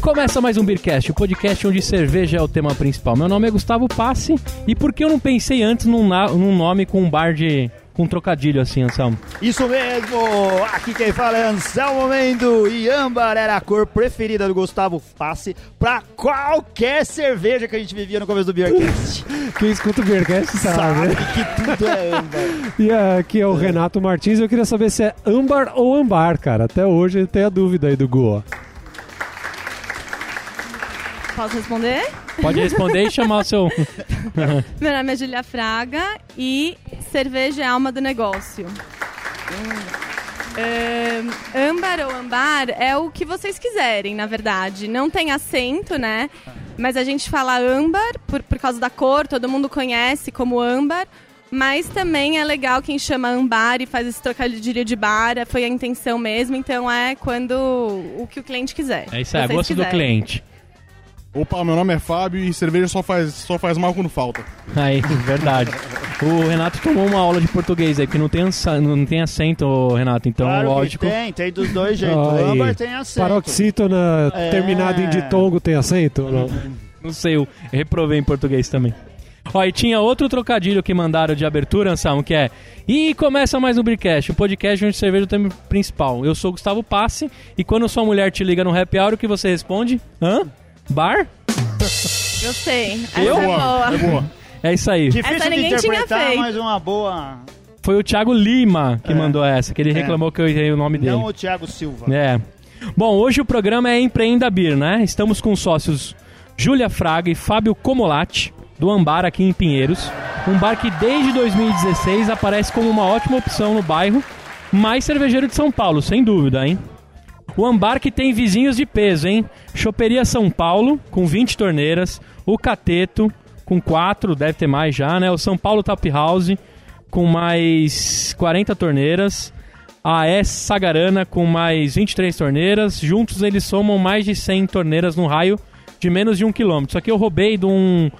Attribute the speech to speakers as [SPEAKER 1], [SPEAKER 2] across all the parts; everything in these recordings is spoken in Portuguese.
[SPEAKER 1] começa mais um Beercast, o podcast onde cerveja é o tema principal. Meu nome é Gustavo Passe e por que eu não pensei antes num, na- num nome com um bar de. com um trocadilho assim, Anselmo?
[SPEAKER 2] Isso mesmo! Aqui quem fala é Anselmo Mendo e âmbar era a cor preferida do Gustavo Passe pra qualquer cerveja que a gente vivia no começo do Beercast.
[SPEAKER 3] Quem escuta o Beercast
[SPEAKER 1] Ah,
[SPEAKER 3] sabe. né?
[SPEAKER 1] né?
[SPEAKER 2] Sabe que tudo é âmbar.
[SPEAKER 3] E aqui é o Renato Martins. Eu queria saber se é âmbar ou ambar, cara. Até hoje tem a dúvida aí do Goa.
[SPEAKER 4] Posso responder?
[SPEAKER 1] Pode responder e chamar o seu.
[SPEAKER 4] Meu nome é Julia Fraga e cerveja é a alma do negócio. Ahn, Hum, âmbar ou ambar é o que vocês quiserem, na verdade. Não tem acento, né? Mas a gente fala âmbar por, por causa da cor, todo mundo conhece como âmbar. Mas também é legal quem chama ambar e faz esse trocadilho de bar, foi a intenção mesmo. Então é quando o que o cliente quiser.
[SPEAKER 1] É isso aí, a
[SPEAKER 4] Vocês
[SPEAKER 1] gosto do
[SPEAKER 4] quiserem.
[SPEAKER 1] cliente.
[SPEAKER 5] Opa, meu nome é Fábio e cerveja só faz, só faz mal quando falta.
[SPEAKER 1] Aí, verdade. O Renato tomou uma aula de português aí, porque não tem, ansa- não tem acento, Renato. Então,
[SPEAKER 2] Claro
[SPEAKER 1] lógico.
[SPEAKER 2] que tem, tem dos dois jeitos.
[SPEAKER 3] Ai.
[SPEAKER 2] Âmbar tem acento.
[SPEAKER 3] Paroxítona
[SPEAKER 2] É.
[SPEAKER 3] terminada em ditongo tem acento? ou Não.
[SPEAKER 1] Não sei, eu reprovei em português também. Ó, e tinha outro trocadilho que mandaram de abertura, Anselmo, que é... E começa mais um Bricast, o podcast onde cerveja é o tema principal. Eu sou o Gustavo Passe, e quando sua mulher te liga no happy hour, o que você responde? Hã? Bar?
[SPEAKER 4] Gostei. Essa
[SPEAKER 1] Eu?
[SPEAKER 4] é boa.
[SPEAKER 5] É boa.
[SPEAKER 1] É isso aí.
[SPEAKER 2] Difícil
[SPEAKER 4] Essa
[SPEAKER 2] de
[SPEAKER 4] ninguém tinha
[SPEAKER 2] interpretar,
[SPEAKER 4] feito.
[SPEAKER 2] mas uma boa.
[SPEAKER 1] Foi o Thiago Lima que
[SPEAKER 2] É.
[SPEAKER 1] mandou essa, que ele reclamou que eu errei o nome dele.
[SPEAKER 2] Não o Thiago Silva.
[SPEAKER 1] É. Bom, hoje o programa é Empreenda Bir, né? Estamos com os sócios Júlia Fraga e Fábio Comolatti, do Ambar aqui em Pinheiros. Um bar que desde 2016 aparece como uma ótima opção no bairro, mais cervejeiro de São Paulo, sem dúvida, hein? O Ambar que tem vizinhos de peso, hein? Choperia São Paulo, com 20 torneiras. O Cateto, com 4, deve ter mais já, né? O São Paulo Tap House, com mais 40 torneiras. A S Sagarana, com mais 23 torneiras. Juntos eles somam mais de 100 torneiras no raio de menos de 1 km. Isso aqui eu roubei de um,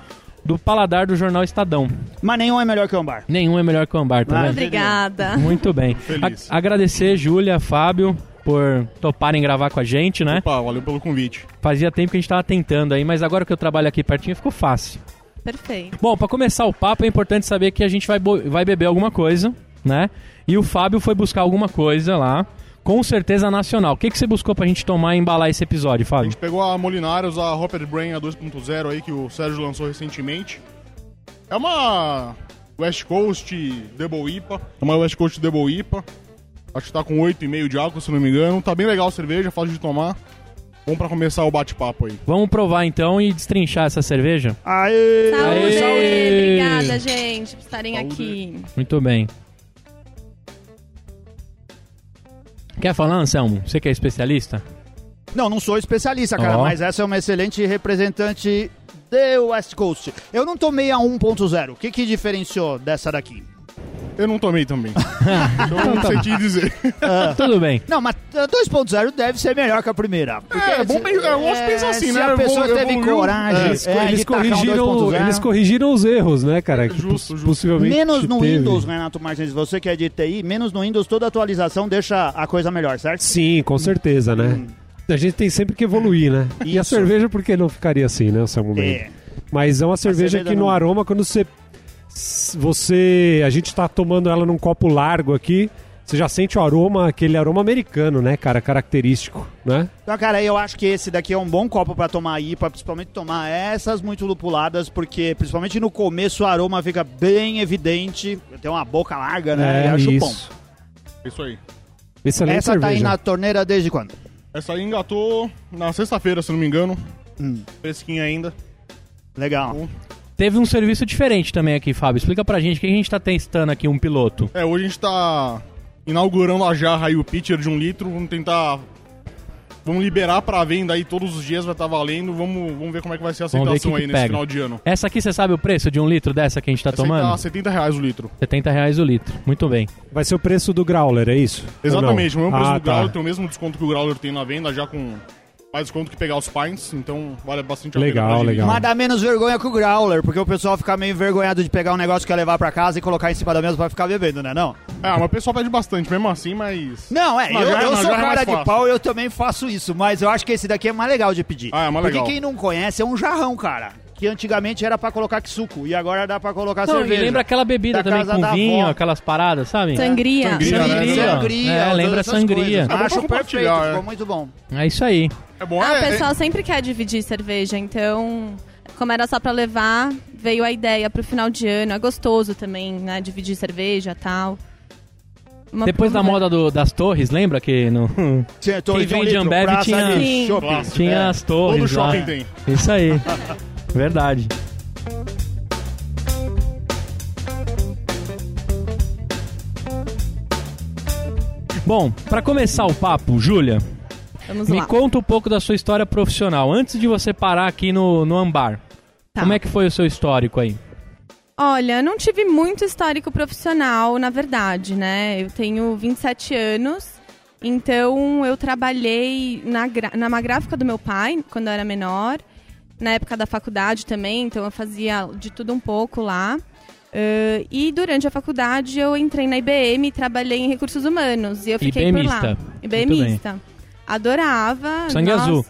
[SPEAKER 1] do paladar do jornal Estadão.
[SPEAKER 2] Mas nenhum é melhor que âmbar.
[SPEAKER 1] Nenhum é melhor que o Ambar, tá
[SPEAKER 2] Ah,
[SPEAKER 1] vendo?
[SPEAKER 4] Obrigada.
[SPEAKER 1] Muito bem.
[SPEAKER 5] Feliz.
[SPEAKER 1] A- agradecer, Júlia, Fábio, por toparem gravar com a gente, né?
[SPEAKER 5] Opa, valeu pelo convite.
[SPEAKER 1] Fazia tempo que a gente tava tentando aí, mas agora que eu trabalho aqui pertinho ficou fácil.
[SPEAKER 4] Perfeito.
[SPEAKER 1] Bom, pra começar o papo é importante saber que a gente vai, bo- vai beber alguma coisa, né? E o Fábio foi buscar alguma coisa lá, com certeza nacional. O que, que você buscou pra gente tomar e embalar esse episódio,
[SPEAKER 5] A
[SPEAKER 1] Fábio?
[SPEAKER 5] gente pegou a Molinários, a Hopper Brain a 2.0 aí que o Sérgio lançou recentemente. É uma West Coast Double IPA. É uma West Coast Double IPA. Acho que tá com 8,5 de álcool, se não me engano. Tá bem legal a cerveja, fácil de tomar. Vamos pra começar o bate-papo aí.
[SPEAKER 1] Vamos provar então e destrinchar essa cerveja?
[SPEAKER 2] Aê!
[SPEAKER 4] Saúde!
[SPEAKER 1] Aê!
[SPEAKER 4] Obrigada, gente, por estarem
[SPEAKER 5] Saúde.
[SPEAKER 4] aqui.
[SPEAKER 1] Muito bem. Quer falar, Anselmo? Você que é especialista?
[SPEAKER 2] Não, não sou especialista, cara,
[SPEAKER 1] Ó.
[SPEAKER 2] mas essa é uma excelente representante do West Coast. Eu não tomei a 1.0. O que que diferenciou dessa daqui?
[SPEAKER 5] Eu não tomei também. Eu não sei te dizer.
[SPEAKER 1] Tudo bem.
[SPEAKER 2] Não, mas ah, a 2.0 deve ser melhor que a primeira. Porque
[SPEAKER 5] É, bom,
[SPEAKER 2] se-
[SPEAKER 5] pe- eu gosto de pensar
[SPEAKER 2] é,
[SPEAKER 5] assim,
[SPEAKER 2] se
[SPEAKER 5] né?
[SPEAKER 2] a
[SPEAKER 5] Eu
[SPEAKER 2] pessoa
[SPEAKER 5] vou- eu
[SPEAKER 2] teve
[SPEAKER 5] vou-
[SPEAKER 2] coragem,
[SPEAKER 5] É,
[SPEAKER 3] Eles,
[SPEAKER 2] é,
[SPEAKER 3] eles
[SPEAKER 2] de tacar um
[SPEAKER 3] corrigiram,
[SPEAKER 2] 2.0.
[SPEAKER 3] eles corrigiram os erros, né, cara? Que
[SPEAKER 5] Justo, justo.
[SPEAKER 3] Possivelmente
[SPEAKER 2] Menos no
[SPEAKER 3] teve.
[SPEAKER 2] Windows, né? Renato Martins, você que é de TI, menos no Windows toda atualização deixa a coisa melhor, certo?
[SPEAKER 3] Sim, com certeza, né? A gente tem sempre que evoluir, né? E a
[SPEAKER 2] Hum. Isso.
[SPEAKER 3] cerveja, por que não ficaria assim, né, seu momento?
[SPEAKER 2] É.
[SPEAKER 3] Mas é uma cerveja,
[SPEAKER 2] cerveja
[SPEAKER 3] que no
[SPEAKER 2] não-
[SPEAKER 3] aroma, quando você. Você. A gente tá tomando ela num copo largo aqui. Você já sente o aroma, aquele aroma americano, né, cara? Característico, né?
[SPEAKER 2] Então, cara, eu acho que esse daqui é um bom copo pra tomar IPA, principalmente tomar essas muito lupuladas, porque principalmente no começo o aroma fica bem evidente. Tem uma boca larga, né? eu acho bom.
[SPEAKER 5] É Isso aí.
[SPEAKER 3] É, Excelente
[SPEAKER 2] Essa tá aí
[SPEAKER 3] cerveja.
[SPEAKER 2] na torneira desde quando?
[SPEAKER 5] Essa aí engatou na sexta-feira, se não me engano.
[SPEAKER 2] Hum.
[SPEAKER 5] Fresquinha ainda.
[SPEAKER 2] Legal.
[SPEAKER 1] Teve um serviço diferente também aqui, Fábio. Explica pra gente o que a gente tá testando aqui, um piloto.
[SPEAKER 5] É, hoje a gente tá inaugurando a jarra e o pitcher de um litro. Vamos tentar. Vamos liberar pra venda aí todos os dias, vai estar valendo. Vamos, vamos ver como é que vai ser a
[SPEAKER 1] Vamos ver
[SPEAKER 5] aceitação
[SPEAKER 1] que que
[SPEAKER 5] aí nesse
[SPEAKER 1] pega.
[SPEAKER 5] final de ano.
[SPEAKER 1] Essa aqui, você sabe o preço de um litro dessa que a gente tá
[SPEAKER 5] Essa aí
[SPEAKER 1] tomando?
[SPEAKER 5] tá 70 reais o litro.
[SPEAKER 1] 70 reais o litro. Muito bem.
[SPEAKER 3] Vai ser o preço do Growler, é isso? Ou não?
[SPEAKER 5] Exatamente, o mesmo preço
[SPEAKER 3] Ah,
[SPEAKER 5] do Growler,
[SPEAKER 3] tá.
[SPEAKER 5] tem o mesmo desconto que o Growler tem na venda, já com mais desconto que pegar os Pines, então vale bastante a
[SPEAKER 3] Legal,
[SPEAKER 5] pena. pra gente.
[SPEAKER 3] legal.
[SPEAKER 2] Mas dá menos vergonha que o Growler, porque o pessoal fica meio envergonhado de pegar um negócio que ia levar pra casa e colocar em cima da mesa pra ficar bebendo, né? Não?
[SPEAKER 5] Ah, mas o pessoal pede bastante mesmo assim, mas.
[SPEAKER 2] Não, é,
[SPEAKER 5] Na
[SPEAKER 2] eu,
[SPEAKER 5] jarra-
[SPEAKER 2] eu
[SPEAKER 5] na
[SPEAKER 2] sou
[SPEAKER 5] jarra é
[SPEAKER 2] cara
[SPEAKER 5] mais
[SPEAKER 2] de
[SPEAKER 5] fácil.
[SPEAKER 2] pau e eu também faço isso, mas eu acho que esse daqui é mais legal de pedir.
[SPEAKER 5] Ah, é mais
[SPEAKER 2] Porque
[SPEAKER 5] legal.
[SPEAKER 2] quem não conhece é um jarrão, cara. Que antigamente era pra colocar que suco e agora dá pra colocar
[SPEAKER 1] Não, e
[SPEAKER 2] cerveja.
[SPEAKER 1] lembra aquela bebida
[SPEAKER 2] Da
[SPEAKER 1] também
[SPEAKER 2] casa da
[SPEAKER 1] com vinho,
[SPEAKER 2] avó.
[SPEAKER 1] aquelas paradas, sabe?
[SPEAKER 4] Sangria.
[SPEAKER 5] Sangria.
[SPEAKER 1] Sangria.
[SPEAKER 5] né?
[SPEAKER 2] Sangria,
[SPEAKER 1] É,
[SPEAKER 2] todas
[SPEAKER 1] lembra
[SPEAKER 2] essas
[SPEAKER 1] sangria.
[SPEAKER 2] coisas.
[SPEAKER 5] É bom
[SPEAKER 2] Acho
[SPEAKER 5] pra
[SPEAKER 2] perfeito,
[SPEAKER 5] compartilhar,
[SPEAKER 2] ficou
[SPEAKER 5] é.
[SPEAKER 2] muito bom.
[SPEAKER 1] É isso aí.
[SPEAKER 5] É bom,
[SPEAKER 4] Ah,
[SPEAKER 5] é,
[SPEAKER 4] o pessoal sempre quer dividir cerveja, então, como era só pra levar, veio a ideia pro final de ano. É gostoso também, né? Dividir cerveja e tal. Uma
[SPEAKER 1] Depois da
[SPEAKER 4] prova-
[SPEAKER 1] moda do- das torres, lembra que no...
[SPEAKER 2] Tinha
[SPEAKER 5] um
[SPEAKER 2] Torre
[SPEAKER 1] Quem
[SPEAKER 2] de
[SPEAKER 1] vem de
[SPEAKER 2] Litro,
[SPEAKER 1] Ambev
[SPEAKER 2] praça
[SPEAKER 1] tinha-
[SPEAKER 2] de
[SPEAKER 4] Sim.
[SPEAKER 2] shopping.
[SPEAKER 5] Clássico.
[SPEAKER 1] tinha
[SPEAKER 2] É.
[SPEAKER 1] as torres
[SPEAKER 5] Todo shopping
[SPEAKER 1] lá.
[SPEAKER 5] tem.
[SPEAKER 1] Isso aí. Verdade. Bom, pra começar o papo, Júlia,
[SPEAKER 4] Vamos
[SPEAKER 1] me
[SPEAKER 4] lá.
[SPEAKER 1] conta um pouco da sua história profissional. Antes de você parar aqui no, no Ambar,
[SPEAKER 4] Tá.
[SPEAKER 1] como é que foi o seu histórico aí?
[SPEAKER 4] Olha, eu não tive muito histórico profissional, na verdade, né? Eu tenho 27 anos, então eu trabalhei na, gra- na uma gráfica do meu pai, quando eu era menor, na época da faculdade também, então eu fazia de tudo um pouco lá. Ãh, e durante a faculdade eu entrei na IBM e trabalhei em recursos humanos. E eu fiquei por lá.
[SPEAKER 1] IBMista.
[SPEAKER 4] IBMista. Adorava.
[SPEAKER 1] Sangue
[SPEAKER 4] nossa.
[SPEAKER 1] azul.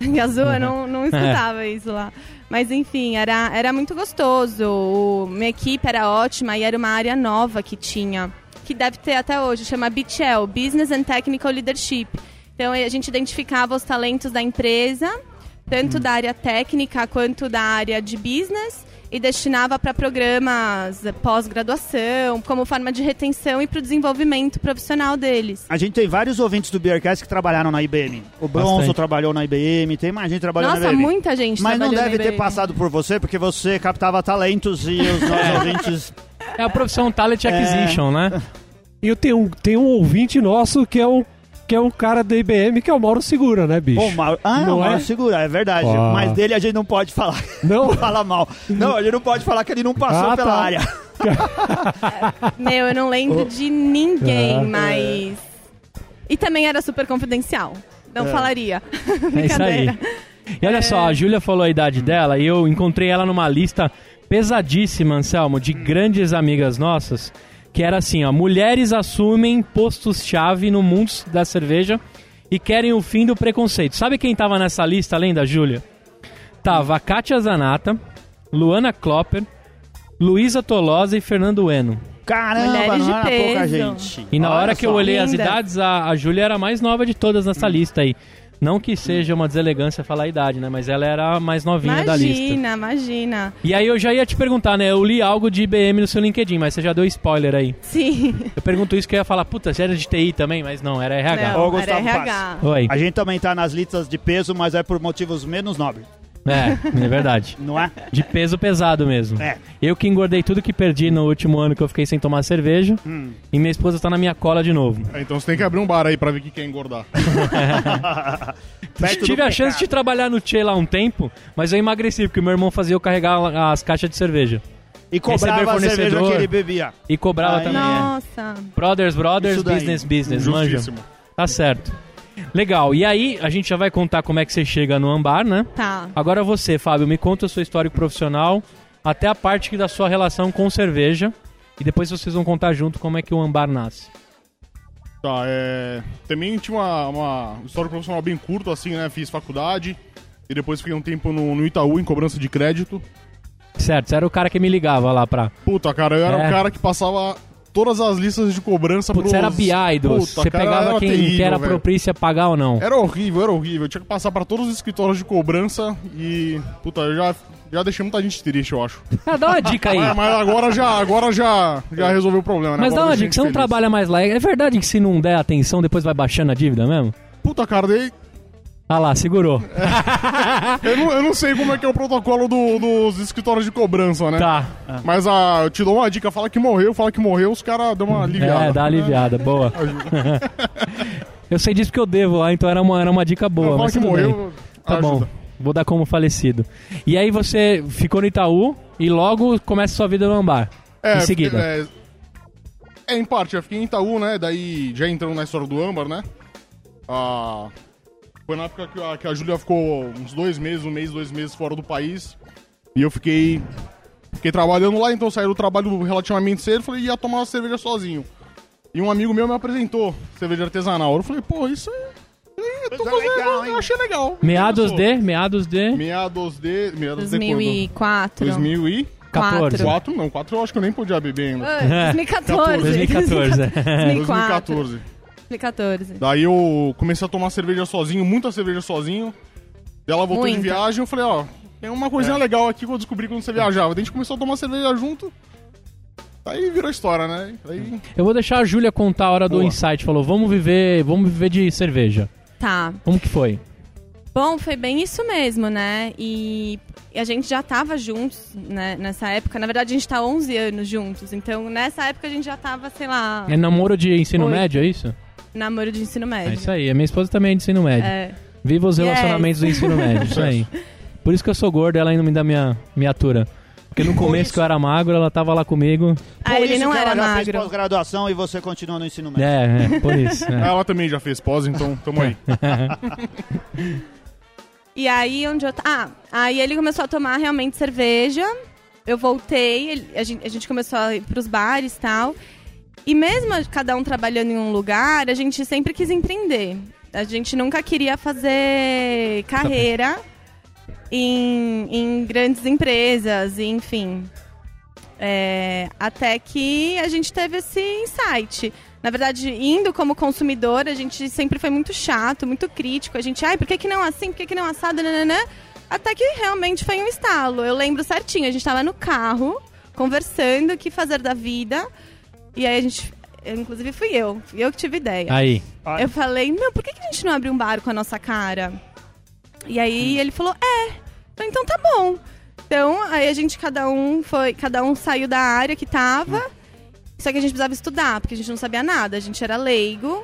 [SPEAKER 4] Sangue azul, eu
[SPEAKER 2] Uhum.
[SPEAKER 4] não, não escutava isso lá. Mas enfim, era, era muito gostoso. O- minha equipe era ótima e era uma área nova que tinha, que deve ter até hoje, chama BTL, Business and Technical Leadership. Então a gente identificava os talentos da empresa,
[SPEAKER 2] Uhum.
[SPEAKER 4] tanto da área técnica quanto da área de business, e destinava para programas eh, pós-graduação, como forma de retenção e para o desenvolvimento profissional deles.
[SPEAKER 2] A gente tem vários ouvintes do Beercast que trabalharam na IBM. O Bronson
[SPEAKER 1] Bastante.
[SPEAKER 2] trabalhou na IBM, tem mais gente trabalhando na
[SPEAKER 4] Nossa,
[SPEAKER 2] IBM.
[SPEAKER 4] muita gente
[SPEAKER 2] Mas não
[SPEAKER 4] trabalhou na
[SPEAKER 2] deve ter
[SPEAKER 4] IBM.
[SPEAKER 2] passado por você, porque você captava talentos e os nossos ouvintes...
[SPEAKER 1] É a profissão Talent Acquisition, né?
[SPEAKER 3] E eu tenho um, tenho um ouvinte nosso que é um, que é um cara da IBM, que é o Mauro Segura, né, bicho?
[SPEAKER 2] Pô, Mauro... Ah,
[SPEAKER 3] Não
[SPEAKER 2] o Mauro
[SPEAKER 3] é?
[SPEAKER 2] Segura, é verdade.
[SPEAKER 3] Ó.
[SPEAKER 2] Mas dele a gente não pode falar.
[SPEAKER 3] Não?
[SPEAKER 2] Fala mal. Não, ele não pode falar que ele não passou
[SPEAKER 3] Ah,
[SPEAKER 2] pela
[SPEAKER 3] tá.
[SPEAKER 2] área.
[SPEAKER 4] Meu, eu não
[SPEAKER 1] Oh.
[SPEAKER 4] lembro de
[SPEAKER 1] Ah.
[SPEAKER 4] ninguém, mas. E também era super confidencial. Não falaria.
[SPEAKER 1] É isso aí.
[SPEAKER 4] Brincadeira.
[SPEAKER 1] E olha só, a Júlia falou a idade dela e eu encontrei ela numa lista pesadíssima, Anselmo, de grandes amigas nossas, que era assim, ó, mulheres assumem postos-chave no mundo da cerveja e querem o fim do preconceito. Sabe quem tava nessa lista além da Júlia? Tava a Kátia Zanata, Luana Klopper, Luísa Tolosa e Fernando Eno.
[SPEAKER 2] Caramba,
[SPEAKER 4] Mulheres
[SPEAKER 2] não
[SPEAKER 4] de
[SPEAKER 2] era pouca
[SPEAKER 4] peso.
[SPEAKER 2] gente.
[SPEAKER 1] E na
[SPEAKER 2] Olha
[SPEAKER 1] hora que eu
[SPEAKER 2] só.
[SPEAKER 1] olhei as
[SPEAKER 4] Linda.
[SPEAKER 1] idades, a, a Júlia era a mais nova de todas nessa lista aí. Não que seja uma deselegância falar a idade, né? Mas ela era a mais novinha da lista.
[SPEAKER 4] Imagina, imagina.
[SPEAKER 1] E aí eu já ia te perguntar, né? Eu li algo de IBM no seu LinkedIn, mas você já deu spoiler aí.
[SPEAKER 4] Sim.
[SPEAKER 1] Eu pergunto isso que eu ia falar, puta, você era de TI também? Mas não, era RH.
[SPEAKER 2] Ô,
[SPEAKER 4] Não, era
[SPEAKER 2] Gustavo
[SPEAKER 4] RH.
[SPEAKER 1] Oi.
[SPEAKER 2] A gente também tá nas listas de peso, mas é por motivos menos nobres,
[SPEAKER 1] É, é verdade.
[SPEAKER 2] não é?
[SPEAKER 1] De peso pesado mesmo.
[SPEAKER 2] É.
[SPEAKER 1] Eu que engordei tudo que perdi no último ano que eu fiquei sem tomar cerveja. E minha esposa tá na minha cola de novo.
[SPEAKER 5] É, Então você tem que abrir um bar aí pra ver quem quer engordar.
[SPEAKER 2] Perto do
[SPEAKER 1] Tive a chance
[SPEAKER 2] pecado.
[SPEAKER 1] de trabalhar no Tchê lá um tempo, mas eu emagreci, porque meu irmão fazia eu carregar as caixas de cerveja.
[SPEAKER 2] E cobrava a
[SPEAKER 1] receber
[SPEAKER 2] cerveja
[SPEAKER 1] fornecedor.
[SPEAKER 2] que ele bebia.
[SPEAKER 1] E cobrava
[SPEAKER 2] Aí.
[SPEAKER 1] também. é.
[SPEAKER 4] Nossa.
[SPEAKER 1] Brothers, brothers,
[SPEAKER 2] Isso daí.
[SPEAKER 1] business, business, manja.
[SPEAKER 5] Justíssimo.
[SPEAKER 1] Tá certo. Legal, e aí a gente já vai contar como é que você chega no ambar, né?
[SPEAKER 4] Tá.
[SPEAKER 1] Agora você, Fábio, me conta o seu histórico profissional, até a parte que da sua relação com cerveja, e depois vocês vão contar junto como é que o ambar nasce.
[SPEAKER 5] Tá, é. Também tinha uma, uma história profissional bem curta, assim, né? Fiz faculdade e depois fiquei um tempo no, no Itaú em cobrança de crédito.
[SPEAKER 1] Certo, você era o cara que me ligava lá pra.
[SPEAKER 5] Puta, cara, eu era
[SPEAKER 1] É.
[SPEAKER 5] o cara que passava todas as listas de cobrança
[SPEAKER 1] Putz, você era
[SPEAKER 5] pros-
[SPEAKER 1] BI, doce.
[SPEAKER 5] Puta,
[SPEAKER 1] Você
[SPEAKER 5] cara,
[SPEAKER 1] pegava quem que
[SPEAKER 5] terrível,
[SPEAKER 1] era
[SPEAKER 5] velho.
[SPEAKER 1] propícia pagar ou não.
[SPEAKER 5] Era horrível, era horrível. Eu tinha que passar pra todos os escritórios de cobrança e. Puta, eu já, já deixei muita gente triste, eu acho.
[SPEAKER 1] Ah, dá uma dica aí.
[SPEAKER 5] Mas, mas agora já, agora já, já resolveu o problema, né?
[SPEAKER 1] É. Mas
[SPEAKER 5] Agora
[SPEAKER 1] dá uma dica,
[SPEAKER 5] deixa a
[SPEAKER 1] você
[SPEAKER 5] gente
[SPEAKER 1] não
[SPEAKER 5] feliz.
[SPEAKER 1] trabalha mais lá. É verdade que se não der atenção, depois vai baixando a dívida mesmo?
[SPEAKER 5] Puta, cara, daí
[SPEAKER 1] Ah lá, segurou.
[SPEAKER 5] eu não, eu não sei como é que é o protocolo do- dos escritórios de cobrança, né?
[SPEAKER 1] Tá.
[SPEAKER 5] Mas ah, eu te dou uma dica, fala que morreu, fala que morreu, os caras dão uma aliviada.
[SPEAKER 1] É, dá aliviada, boa. eu sei disso porque eu devo lá, então era uma, era uma dica boa.
[SPEAKER 5] Fala
[SPEAKER 1] mas
[SPEAKER 5] que
[SPEAKER 1] tudo bem.
[SPEAKER 5] morreu,
[SPEAKER 1] Tá
[SPEAKER 5] ajuda.
[SPEAKER 1] bom, vou dar como falecido. E aí você ficou no Itaú e logo começa sua vida no ambar. em seguida.
[SPEAKER 5] É, é, em parte, eu fiquei em Itaú, né? Daí já entrando na história do âmbar, né? Ah, foi na época que a, que a Júlia ficou uns dois meses, um mês, dois meses fora do país. E eu fiquei. Fiquei trabalhando lá, então saí do trabalho relativamente cedo falei, ia tomar uma cerveja sozinho. E um amigo meu me apresentou cerveja artesanal. Eu falei, pô, isso aí. Eu, tô
[SPEAKER 2] Coisa
[SPEAKER 5] fazendo,
[SPEAKER 2] legal, hein?
[SPEAKER 5] eu achei legal.
[SPEAKER 1] Meados
[SPEAKER 5] Começou.
[SPEAKER 1] de, meados de
[SPEAKER 5] Meados de. Meados de quando?
[SPEAKER 4] 2004.
[SPEAKER 5] 2004,
[SPEAKER 1] 14.
[SPEAKER 4] Quatro.
[SPEAKER 5] não. 4 eu acho que eu nem podia beber ainda.
[SPEAKER 4] Ah, 2014.
[SPEAKER 1] 2014.
[SPEAKER 4] 2004.
[SPEAKER 5] 2014.
[SPEAKER 4] 2014.
[SPEAKER 5] Daí eu comecei a tomar cerveja sozinho, muita cerveja sozinho. Daí Ela voltou de
[SPEAKER 4] Muita. É.
[SPEAKER 5] viagem, eu falei, ó, tem uma coisinha legal aqui que eu descobri quando você viajava. Daí a gente começou a tomar cerveja junto. Daí virou história, né? Daí
[SPEAKER 1] Eu vou deixar a Júlia contar a hora do
[SPEAKER 5] Boa.
[SPEAKER 1] insight. Falou, vamos viver, vamos viver de cerveja.
[SPEAKER 4] Tá.
[SPEAKER 1] Como que foi?
[SPEAKER 4] Bom, foi bem isso mesmo, né? E a gente já tava juntos né, nessa época. Na verdade, a gente tá 11 anos juntos. Então, nessa época, a gente já tava, sei lá,
[SPEAKER 1] É namoro de ensino
[SPEAKER 4] Oito.
[SPEAKER 1] médio, é isso?
[SPEAKER 4] namoro de ensino
[SPEAKER 1] É isso
[SPEAKER 4] médio.
[SPEAKER 1] aí. A minha esposa também é de ensino médio.
[SPEAKER 4] É.
[SPEAKER 1] Viva os
[SPEAKER 4] Yes.
[SPEAKER 1] relacionamentos do ensino médio, isso aí. Por isso que eu sou gordo, ela ainda me dá minha, minha atura. Porque no começo que eu era magro, ela tava lá comigo.
[SPEAKER 4] Ah, ele
[SPEAKER 2] isso
[SPEAKER 4] não
[SPEAKER 2] que
[SPEAKER 4] era
[SPEAKER 2] ela já fez
[SPEAKER 4] magro.
[SPEAKER 2] pós-graduação e você continua no ensino médio.
[SPEAKER 1] É, é, por isso. é.
[SPEAKER 5] ela também já fez pós, então tamo aí.
[SPEAKER 4] É. E aí, onde eu. ta- Ah, aí ele começou a tomar realmente cerveja. Eu voltei, ele- a, gente, a gente começou a ir pros bares e tal. E mesmo a- cada um trabalhando em um lugar, a gente sempre quis empreender. A gente nunca queria fazer carreira em, em grandes empresas, enfim. É, até que a gente teve esse insight. Na verdade, indo como consumidor, a gente sempre foi muito chato, muito crítico. A gente, ai, por que, que não assim? Por que, que não assado? Nananã. Até que realmente foi um estalo. Eu lembro certinho, a gente estava no carro, conversando o que fazer da vida. E aí a gente. eu, inclusive fui eu, fui eu que tive ideia.
[SPEAKER 1] Aí.
[SPEAKER 4] Eu falei, meu, por que, que a gente não abre um bar com a nossa cara? E
[SPEAKER 2] Hum.
[SPEAKER 4] aí ele falou, é. Eu falei, então tá bom. Então, aí a gente, cada um foi, cada um saiu da área que tava.
[SPEAKER 2] Hum.
[SPEAKER 4] Só que a gente precisava estudar, porque a gente não sabia nada. A gente era leigo,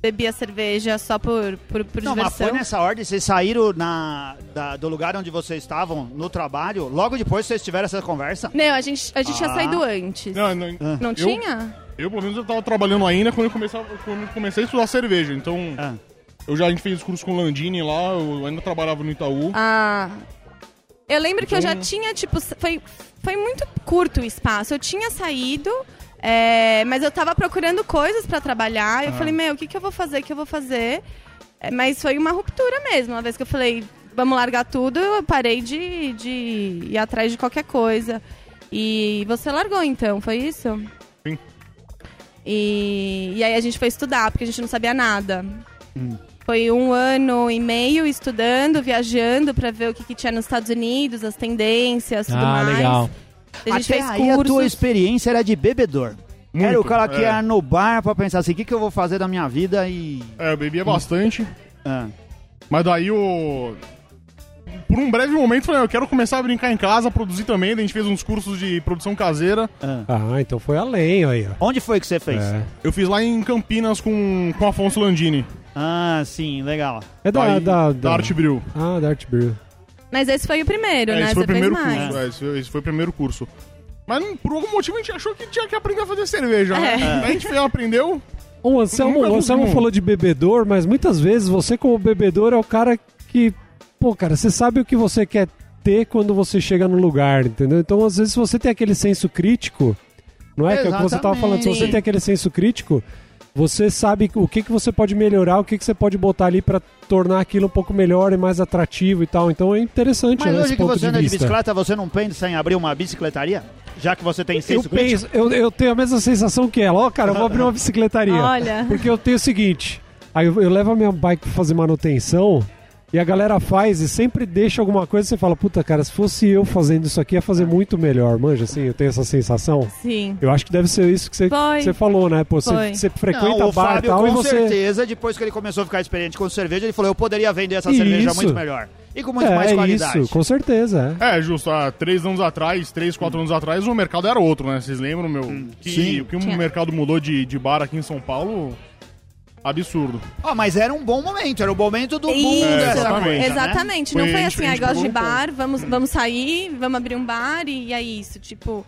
[SPEAKER 4] bebia cerveja só por, por, por
[SPEAKER 2] Não, mas
[SPEAKER 4] diversão.
[SPEAKER 2] foi nessa ordem, vocês saíram na- da- do lugar onde vocês estavam, no trabalho, logo depois vocês tiveram essa conversa?
[SPEAKER 4] Não, a gente, a gente tinha
[SPEAKER 2] Ah.
[SPEAKER 4] saído antes. Não,
[SPEAKER 5] Não, não, eu-
[SPEAKER 4] tinha?
[SPEAKER 5] Eu, pelo menos, eu tava trabalhando ainda quando eu comecei, quando eu comecei a estudar cerveja. Então,
[SPEAKER 4] É.
[SPEAKER 2] Ah.
[SPEAKER 5] eu já a gente fez curso com o Landini lá, eu ainda trabalhava no Itaú.
[SPEAKER 4] Ah. Eu lembro que eu já
[SPEAKER 5] Então-
[SPEAKER 4] tinha, tipo, s- foi, foi muito curto o espaço. Eu tinha saído, é, mas eu tava procurando coisas pra trabalhar. Eu falei, meu, o que, que eu vou fazer? O que eu vou fazer? É, mas foi uma ruptura mesmo. Uma vez que eu falei, vamos largar tudo, eu parei de, de ir atrás de qualquer coisa. E você largou então, foi isso?
[SPEAKER 5] Sim.
[SPEAKER 4] E, e aí a gente foi estudar, porque a gente não sabia nada.
[SPEAKER 5] Hum.
[SPEAKER 4] Foi um ano e meio estudando, viajando pra ver o que, que tinha nos Estados Unidos, as tendências, tudo
[SPEAKER 1] Ah,
[SPEAKER 4] mais.
[SPEAKER 1] legal.
[SPEAKER 4] A gente
[SPEAKER 2] Até
[SPEAKER 4] fez
[SPEAKER 2] aí Ah, a tua
[SPEAKER 4] cursos.
[SPEAKER 2] experiência era de bebedor.
[SPEAKER 5] Muito,
[SPEAKER 2] era o cara que
[SPEAKER 5] é.
[SPEAKER 2] era no bar pra pensar assim, o que, que eu vou fazer da minha vida e...
[SPEAKER 5] É, eu bebia bastante.
[SPEAKER 2] Ah.
[SPEAKER 5] Mas daí eu. Por um breve momento, eu falei, eu quero começar a brincar em casa, produzir também. Daí a gente fez uns cursos de produção caseira.
[SPEAKER 2] Ah.
[SPEAKER 3] Ah, então foi além aí, ó.
[SPEAKER 2] Onde foi que você fez?
[SPEAKER 3] É,
[SPEAKER 5] Eu fiz lá em Campinas com, com Afonso Landini.
[SPEAKER 2] Ah, sim, legal.
[SPEAKER 3] é da,
[SPEAKER 5] Daí,
[SPEAKER 3] da, da,
[SPEAKER 5] Arte Bril.
[SPEAKER 3] Ah, da Art Brew.
[SPEAKER 4] Mas esse foi o primeiro,
[SPEAKER 5] É,
[SPEAKER 4] né?
[SPEAKER 5] esse foi o
[SPEAKER 4] Você fez
[SPEAKER 5] primeiro
[SPEAKER 4] mais.
[SPEAKER 5] curso. É, esse, foi- esse foi o primeiro curso. Mas não- por algum motivo a gente achou que tinha que aprender a fazer cerveja, né?
[SPEAKER 4] É.
[SPEAKER 5] Daí a gente foi, aprendeu.
[SPEAKER 3] O Anselmo,
[SPEAKER 5] Nunca
[SPEAKER 3] o Anselmo
[SPEAKER 5] vi um.
[SPEAKER 3] falou de bebedor, mas muitas vezes você, como bebedor, é o cara que. Pô, cara, você sabe o que você quer ter quando você chega no lugar, entendeu? Então, às vezes, se você tem aquele senso crítico, não é? Que é o que você tava falando. Se você
[SPEAKER 4] Exatamente.
[SPEAKER 3] tem aquele senso crítico, você sabe o que, que você pode melhorar, o que, que você pode botar ali pra tornar aquilo um pouco melhor e mais atrativo e tal. Então, é interessante
[SPEAKER 2] Mas
[SPEAKER 3] né,
[SPEAKER 2] hoje
[SPEAKER 3] esse
[SPEAKER 2] que
[SPEAKER 3] ponto
[SPEAKER 2] você
[SPEAKER 3] de
[SPEAKER 2] anda de
[SPEAKER 3] vista.
[SPEAKER 2] bicicleta, você não pensa em abrir uma bicicletaria? Já que você tem
[SPEAKER 3] eu
[SPEAKER 2] é senso crítico?
[SPEAKER 3] penso, eu, eu tenho a mesma sensação que ela. Ó, cara, eu vou abrir uma bicicletaria.
[SPEAKER 4] Olha.
[SPEAKER 3] Porque eu tenho o seguinte: aí eu, eu levo a minha bike pra fazer manutenção e a galera faz e sempre deixa alguma coisa e você fala, puta, cara, se fosse eu fazendo isso aqui ia fazer muito melhor, manja, assim, eu tenho essa sensação.
[SPEAKER 4] Sim.
[SPEAKER 3] Eu acho que deve ser isso que você,
[SPEAKER 4] Foi.
[SPEAKER 3] que você falou, né? Pô, você,
[SPEAKER 4] Foi.
[SPEAKER 3] você frequenta
[SPEAKER 2] não,
[SPEAKER 3] a
[SPEAKER 2] o
[SPEAKER 3] bar e
[SPEAKER 2] Fábio,
[SPEAKER 3] tal e
[SPEAKER 2] com
[SPEAKER 3] você.
[SPEAKER 2] certeza, depois que ele começou a ficar experiente com cerveja, ele falou, eu poderia vender essa
[SPEAKER 3] Isso.
[SPEAKER 2] cerveja muito melhor. E com muito mais
[SPEAKER 3] é
[SPEAKER 2] qualidade.
[SPEAKER 3] isso, com certeza. é.
[SPEAKER 5] É, justo, há três anos atrás, três, quatro anos atrás, o mercado era outro, né? Vocês lembram, meu?
[SPEAKER 3] Hum,
[SPEAKER 5] que,
[SPEAKER 2] Sim.
[SPEAKER 5] O que o
[SPEAKER 4] Tinha.
[SPEAKER 5] mercado mudou de, de bar aqui em São Paulo? Absurdo.
[SPEAKER 2] Ah, mas era um bom momento, era o momento do mundo
[SPEAKER 4] Isso.
[SPEAKER 2] dessa
[SPEAKER 5] é exatamente.
[SPEAKER 2] coisa, né?
[SPEAKER 4] Exatamente, não
[SPEAKER 5] Foi
[SPEAKER 4] foi
[SPEAKER 5] a gente-
[SPEAKER 4] assim,
[SPEAKER 5] a
[SPEAKER 4] ah,
[SPEAKER 5] gente
[SPEAKER 4] gosto de
[SPEAKER 5] perguntou.
[SPEAKER 4] bar, vamos, vamos sair, vamos abrir um bar e é isso. Tipo,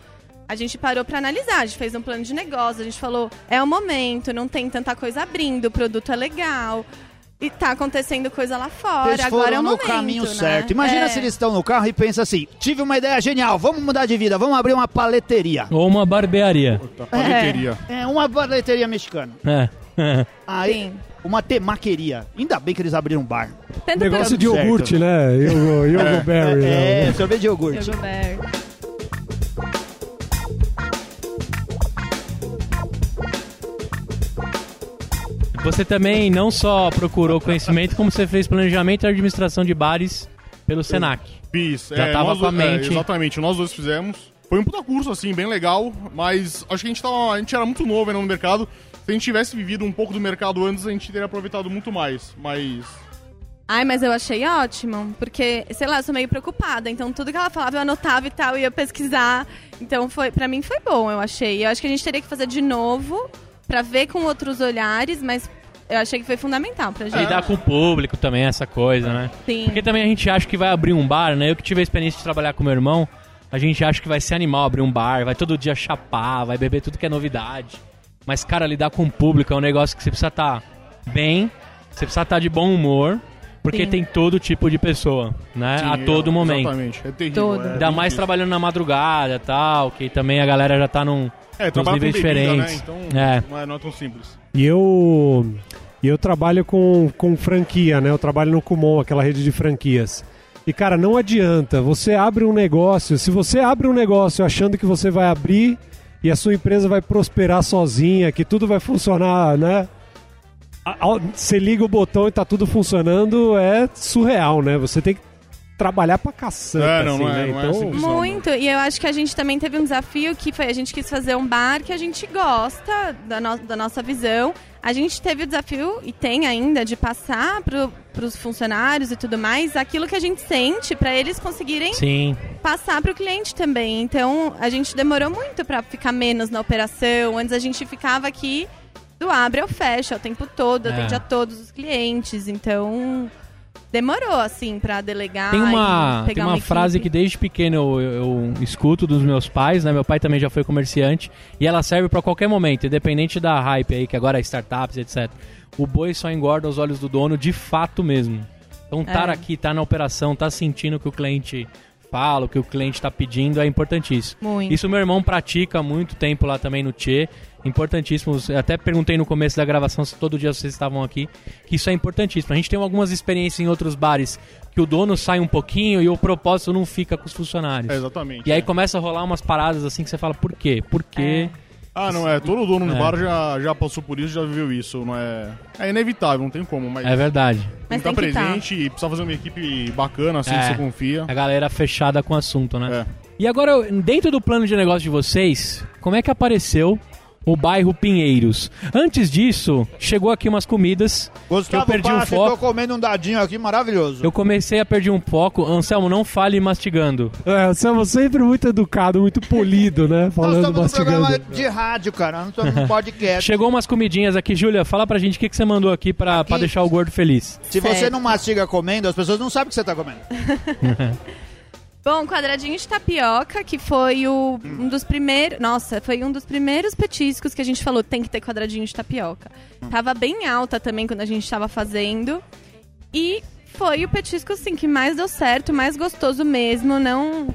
[SPEAKER 4] a gente parou pra analisar, a gente fez um plano de negócio, a gente falou, é o momento, não tem tanta coisa abrindo, o produto é legal. E tá acontecendo coisa lá fora.
[SPEAKER 2] Eles foram
[SPEAKER 4] Agora é o
[SPEAKER 2] no
[SPEAKER 4] momento,
[SPEAKER 2] caminho
[SPEAKER 4] né?
[SPEAKER 2] certo. Imagina
[SPEAKER 4] É.
[SPEAKER 2] se eles estão no carro e pensam assim: tive uma ideia genial, vamos mudar de vida, vamos abrir uma paleteria.
[SPEAKER 1] Ou uma barbearia.
[SPEAKER 5] Puta, Tá, paleteria.
[SPEAKER 2] É, uma paleteria mexicana.
[SPEAKER 1] É.
[SPEAKER 2] Aí,
[SPEAKER 4] Sim.
[SPEAKER 2] uma temaqueria. Ainda bem que eles abriram um bar.
[SPEAKER 4] Tanto
[SPEAKER 3] Negócio
[SPEAKER 2] pelo-
[SPEAKER 3] de iogurte, né? Yogo, yogo berry,
[SPEAKER 2] É,
[SPEAKER 3] né?
[SPEAKER 2] sorvete de
[SPEAKER 4] pelo-
[SPEAKER 2] iogurte.
[SPEAKER 4] Gilberto.
[SPEAKER 1] Você também não só procurou conhecimento, como você fez planejamento e administração de bares pelo Senac.
[SPEAKER 5] Fiz.
[SPEAKER 1] Já tava
[SPEAKER 5] é, nós
[SPEAKER 1] com a
[SPEAKER 5] dois-
[SPEAKER 1] mente.
[SPEAKER 5] exatamente, nós dois fizemos. Foi um puta curso, assim, bem legal, mas acho que a gente, tava, a gente era muito novo ainda no mercado. Se a gente tivesse vivido um pouco do mercado antes, a gente teria aproveitado muito mais. Mas.
[SPEAKER 4] Ai, mas eu achei ótimo, porque, sei lá, eu sou meio preocupada. Então, tudo que ela falava, eu anotava e tal, e ia pesquisar. Então, foi para mim foi bom, eu achei. Eu acho que a gente teria que fazer de novo, pra ver com outros olhares, mas eu achei que foi fundamental pra gente.
[SPEAKER 1] Lidar com o público também, essa coisa, né?
[SPEAKER 4] Sim.
[SPEAKER 1] Porque também a gente acha que vai abrir um bar, né? Eu que tive a experiência de trabalhar com meu irmão, a gente acha que vai ser animal abrir um bar, vai todo dia chapar, vai beber tudo que é novidade. Mas, cara, lidar com o público é um negócio que você precisa estar bem, você precisa estar de bom humor, porque
[SPEAKER 4] Sim.
[SPEAKER 1] tem todo tipo de pessoa, né? a
[SPEAKER 5] sim,
[SPEAKER 1] todo
[SPEAKER 5] é-
[SPEAKER 1] momento.
[SPEAKER 5] Exatamente. É terrível.
[SPEAKER 4] Todo.
[SPEAKER 5] é
[SPEAKER 1] Ainda
[SPEAKER 5] bem
[SPEAKER 1] mais
[SPEAKER 5] difícil.
[SPEAKER 1] trabalhando na madrugada tal, que também a galera já tá num.
[SPEAKER 5] É,
[SPEAKER 1] nos
[SPEAKER 5] trabalha com
[SPEAKER 1] níveis
[SPEAKER 5] bebida,
[SPEAKER 1] diferentes.
[SPEAKER 5] Né? Então,
[SPEAKER 1] É.
[SPEAKER 5] Não, é, não é tão simples.
[SPEAKER 3] E eu, e eu trabalho com, com franquia, né? Eu trabalho no Kumon, aquela rede de franquias. E, cara, não adianta. Você abre um negócio. Se você abre um negócio achando que você vai abrir e a sua empresa vai prosperar sozinha, que tudo vai funcionar, né? A- ao- Você liga o botão e tá tudo funcionando, é surreal, né? Você tem que trabalhar pra caçamba,
[SPEAKER 5] É, não,
[SPEAKER 3] assim,
[SPEAKER 5] não é-
[SPEAKER 3] né?
[SPEAKER 5] não é
[SPEAKER 3] então,
[SPEAKER 5] simples.
[SPEAKER 4] Muito, e eu acho que a gente também teve um desafio que foi a gente quis fazer um bar que a gente gosta da, no- da nossa visão. A gente teve o desafio, e tem ainda, de passar para os funcionários e tudo mais aquilo que a gente sente para eles conseguirem
[SPEAKER 1] Sim.
[SPEAKER 4] passar para o cliente também. Então a gente demorou muito para ficar menos na operação. Antes a gente ficava aqui do abre ao fecha o tempo todo,
[SPEAKER 1] É.
[SPEAKER 4] atende a todos os clientes. Então demorou assim para delegar.
[SPEAKER 1] Tem
[SPEAKER 4] e
[SPEAKER 1] uma,
[SPEAKER 4] pegar
[SPEAKER 1] tem uma frase
[SPEAKER 4] equipe.
[SPEAKER 1] que desde pequeno eu, eu escuto dos meus pais, né? Meu pai também já foi comerciante e ela serve pra qualquer momento, independente da hype aí, que agora é startups, etc. O boi só engorda aos olhos do dono de fato mesmo. Então estar
[SPEAKER 4] É.
[SPEAKER 1] aqui, estar na operação, estar sentindo o que o cliente fala, o que o cliente está pedindo é importantíssimo.
[SPEAKER 4] Muito.
[SPEAKER 1] Isso meu irmão pratica há muito tempo lá também no Tchê. Importantíssimo. Eu até perguntei no começo da gravação se todo dia vocês estavam aqui, que isso é importantíssimo. A gente tem algumas experiências em outros bares que o dono sai um pouquinho e o propósito não fica com os funcionários.
[SPEAKER 5] É, exatamente.
[SPEAKER 1] e aí
[SPEAKER 5] é.
[SPEAKER 1] começa a rolar umas paradas assim que você fala, por quê? Por quê?
[SPEAKER 5] Ah, não, é. Todo dono do
[SPEAKER 1] É.
[SPEAKER 5] bar já, já passou por isso, já viveu isso. Não é... é inevitável, não tem como, mas.
[SPEAKER 1] É, verdade.
[SPEAKER 5] tem
[SPEAKER 4] Mas
[SPEAKER 5] que estar
[SPEAKER 4] tem que tá.
[SPEAKER 5] presente e precisa fazer uma equipe bacana, assim, que
[SPEAKER 1] É.
[SPEAKER 5] você confia.
[SPEAKER 1] A galera fechada com o assunto, né?
[SPEAKER 5] É.
[SPEAKER 1] E agora, dentro do plano de negócio de vocês, como é que apareceu o bairro Pinheiros? Antes disso, chegou aqui umas comidas.
[SPEAKER 2] Gustavo
[SPEAKER 1] eu perdi o
[SPEAKER 2] Passi, tô
[SPEAKER 1] foco.
[SPEAKER 2] comendo um dadinho aqui maravilhoso.
[SPEAKER 1] Eu comecei a perder um foco. Anselmo, não fale mastigando.
[SPEAKER 3] é, você é sempre muito educado, muito polido, né?
[SPEAKER 2] Nós
[SPEAKER 3] Falando
[SPEAKER 2] estamos num
[SPEAKER 3] mastigando.
[SPEAKER 2] programa de rádio, cara. Nós estamos num podcast.
[SPEAKER 1] Chegou umas comidinhas aqui. Júlia, fala pra gente o que, que você mandou aqui pra, pra deixar o gordo feliz.
[SPEAKER 2] Se você
[SPEAKER 4] Certo.
[SPEAKER 2] não mastiga comendo, as pessoas não sabem o que você tá comendo.
[SPEAKER 4] Bom, quadradinho de tapioca, que foi o- um dos primeiros. Nossa, foi um dos primeiros petiscos que a gente falou: tem que ter quadradinho de tapioca. Tava bem alta também quando a gente tava fazendo. E foi o petisco, assim, que mais deu certo, mais gostoso mesmo. Não.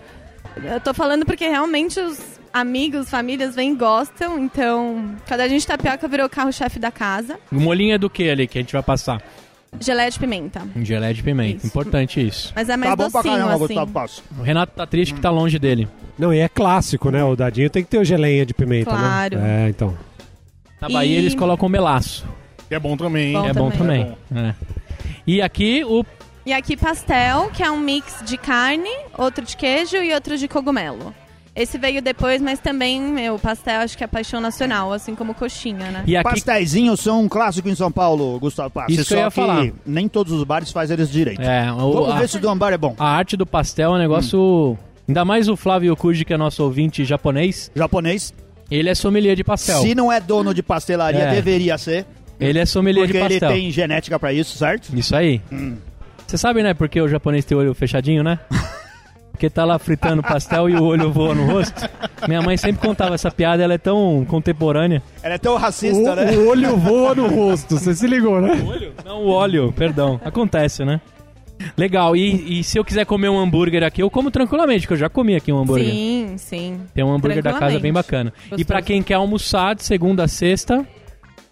[SPEAKER 4] Eu tô falando porque realmente os amigos, famílias vêm e gostam. Então, quadradinho de tapioca virou carro-chefe da casa.
[SPEAKER 1] O molinho é do que ali que a gente vai passar?
[SPEAKER 4] Geleia de pimenta.
[SPEAKER 1] Um Gelé de pimenta.
[SPEAKER 4] Isso.
[SPEAKER 1] Importante isso.
[SPEAKER 4] Mas é mais
[SPEAKER 2] tá bom pra
[SPEAKER 4] docinho,
[SPEAKER 2] caramba,
[SPEAKER 4] assim.
[SPEAKER 2] Gustavo Passi.
[SPEAKER 1] O Renato tá triste que tá longe dele.
[SPEAKER 3] Não, e é clássico, né? O dadinho tem que ter o geleinha de pimenta,
[SPEAKER 4] Claro.
[SPEAKER 3] né? É, então.
[SPEAKER 1] Na Bahia
[SPEAKER 4] E-
[SPEAKER 1] eles colocam melaço.
[SPEAKER 5] Que é bom também,
[SPEAKER 4] Bom
[SPEAKER 5] hein?
[SPEAKER 1] é bom também.
[SPEAKER 4] também.
[SPEAKER 1] É. E aqui o
[SPEAKER 4] E aqui pastel, que é um mix de carne, outro de queijo e outro de cogumelo. Esse veio depois, mas também, meu, pastel acho que é paixão nacional, assim como coxinha, né?
[SPEAKER 1] e aqui
[SPEAKER 2] Pastéisinhos são um clássico em São Paulo, Gustavo Passi.
[SPEAKER 1] Isso que
[SPEAKER 2] só
[SPEAKER 1] eu ia falar.
[SPEAKER 2] nem todos os bares fazem eles direito.
[SPEAKER 1] é o,
[SPEAKER 2] Vamos
[SPEAKER 1] a,
[SPEAKER 2] ver se o do Ambar é bom.
[SPEAKER 1] a arte do pastel é um negócio ainda mais o Flávio Yokuji, que é nosso ouvinte japonês.
[SPEAKER 2] Japonês,
[SPEAKER 1] Ele é sommelier de pastel.
[SPEAKER 2] se não é dono de pastelaria,
[SPEAKER 1] É.
[SPEAKER 2] deveria ser.
[SPEAKER 1] Ele é sommelier
[SPEAKER 2] Porque
[SPEAKER 1] de
[SPEAKER 2] ele
[SPEAKER 1] pastel.
[SPEAKER 2] tem genética pra isso, certo?
[SPEAKER 4] Hum.
[SPEAKER 1] Isso aí. Você sabe, né, porque o japonês tem o olho fechadinho, né? porque tá lá fritando pastel e o olho voa no rosto. Minha mãe sempre contava essa piada, ela é tão contemporânea.
[SPEAKER 2] Ela é tão racista, né?
[SPEAKER 3] O, o olho voa no rosto, você se ligou, né?
[SPEAKER 1] Olho? Não, o óleo, perdão. Acontece, né? Legal, e, e se eu quiser comer um hambúrguer aqui, eu como tranquilamente, porque eu já comi aqui um hambúrguer.
[SPEAKER 4] Sim, sim.
[SPEAKER 1] Tem um hambúrguer da casa bem bacana. E
[SPEAKER 4] Gostoso.
[SPEAKER 1] pra quem quer almoçar de segunda a sexta,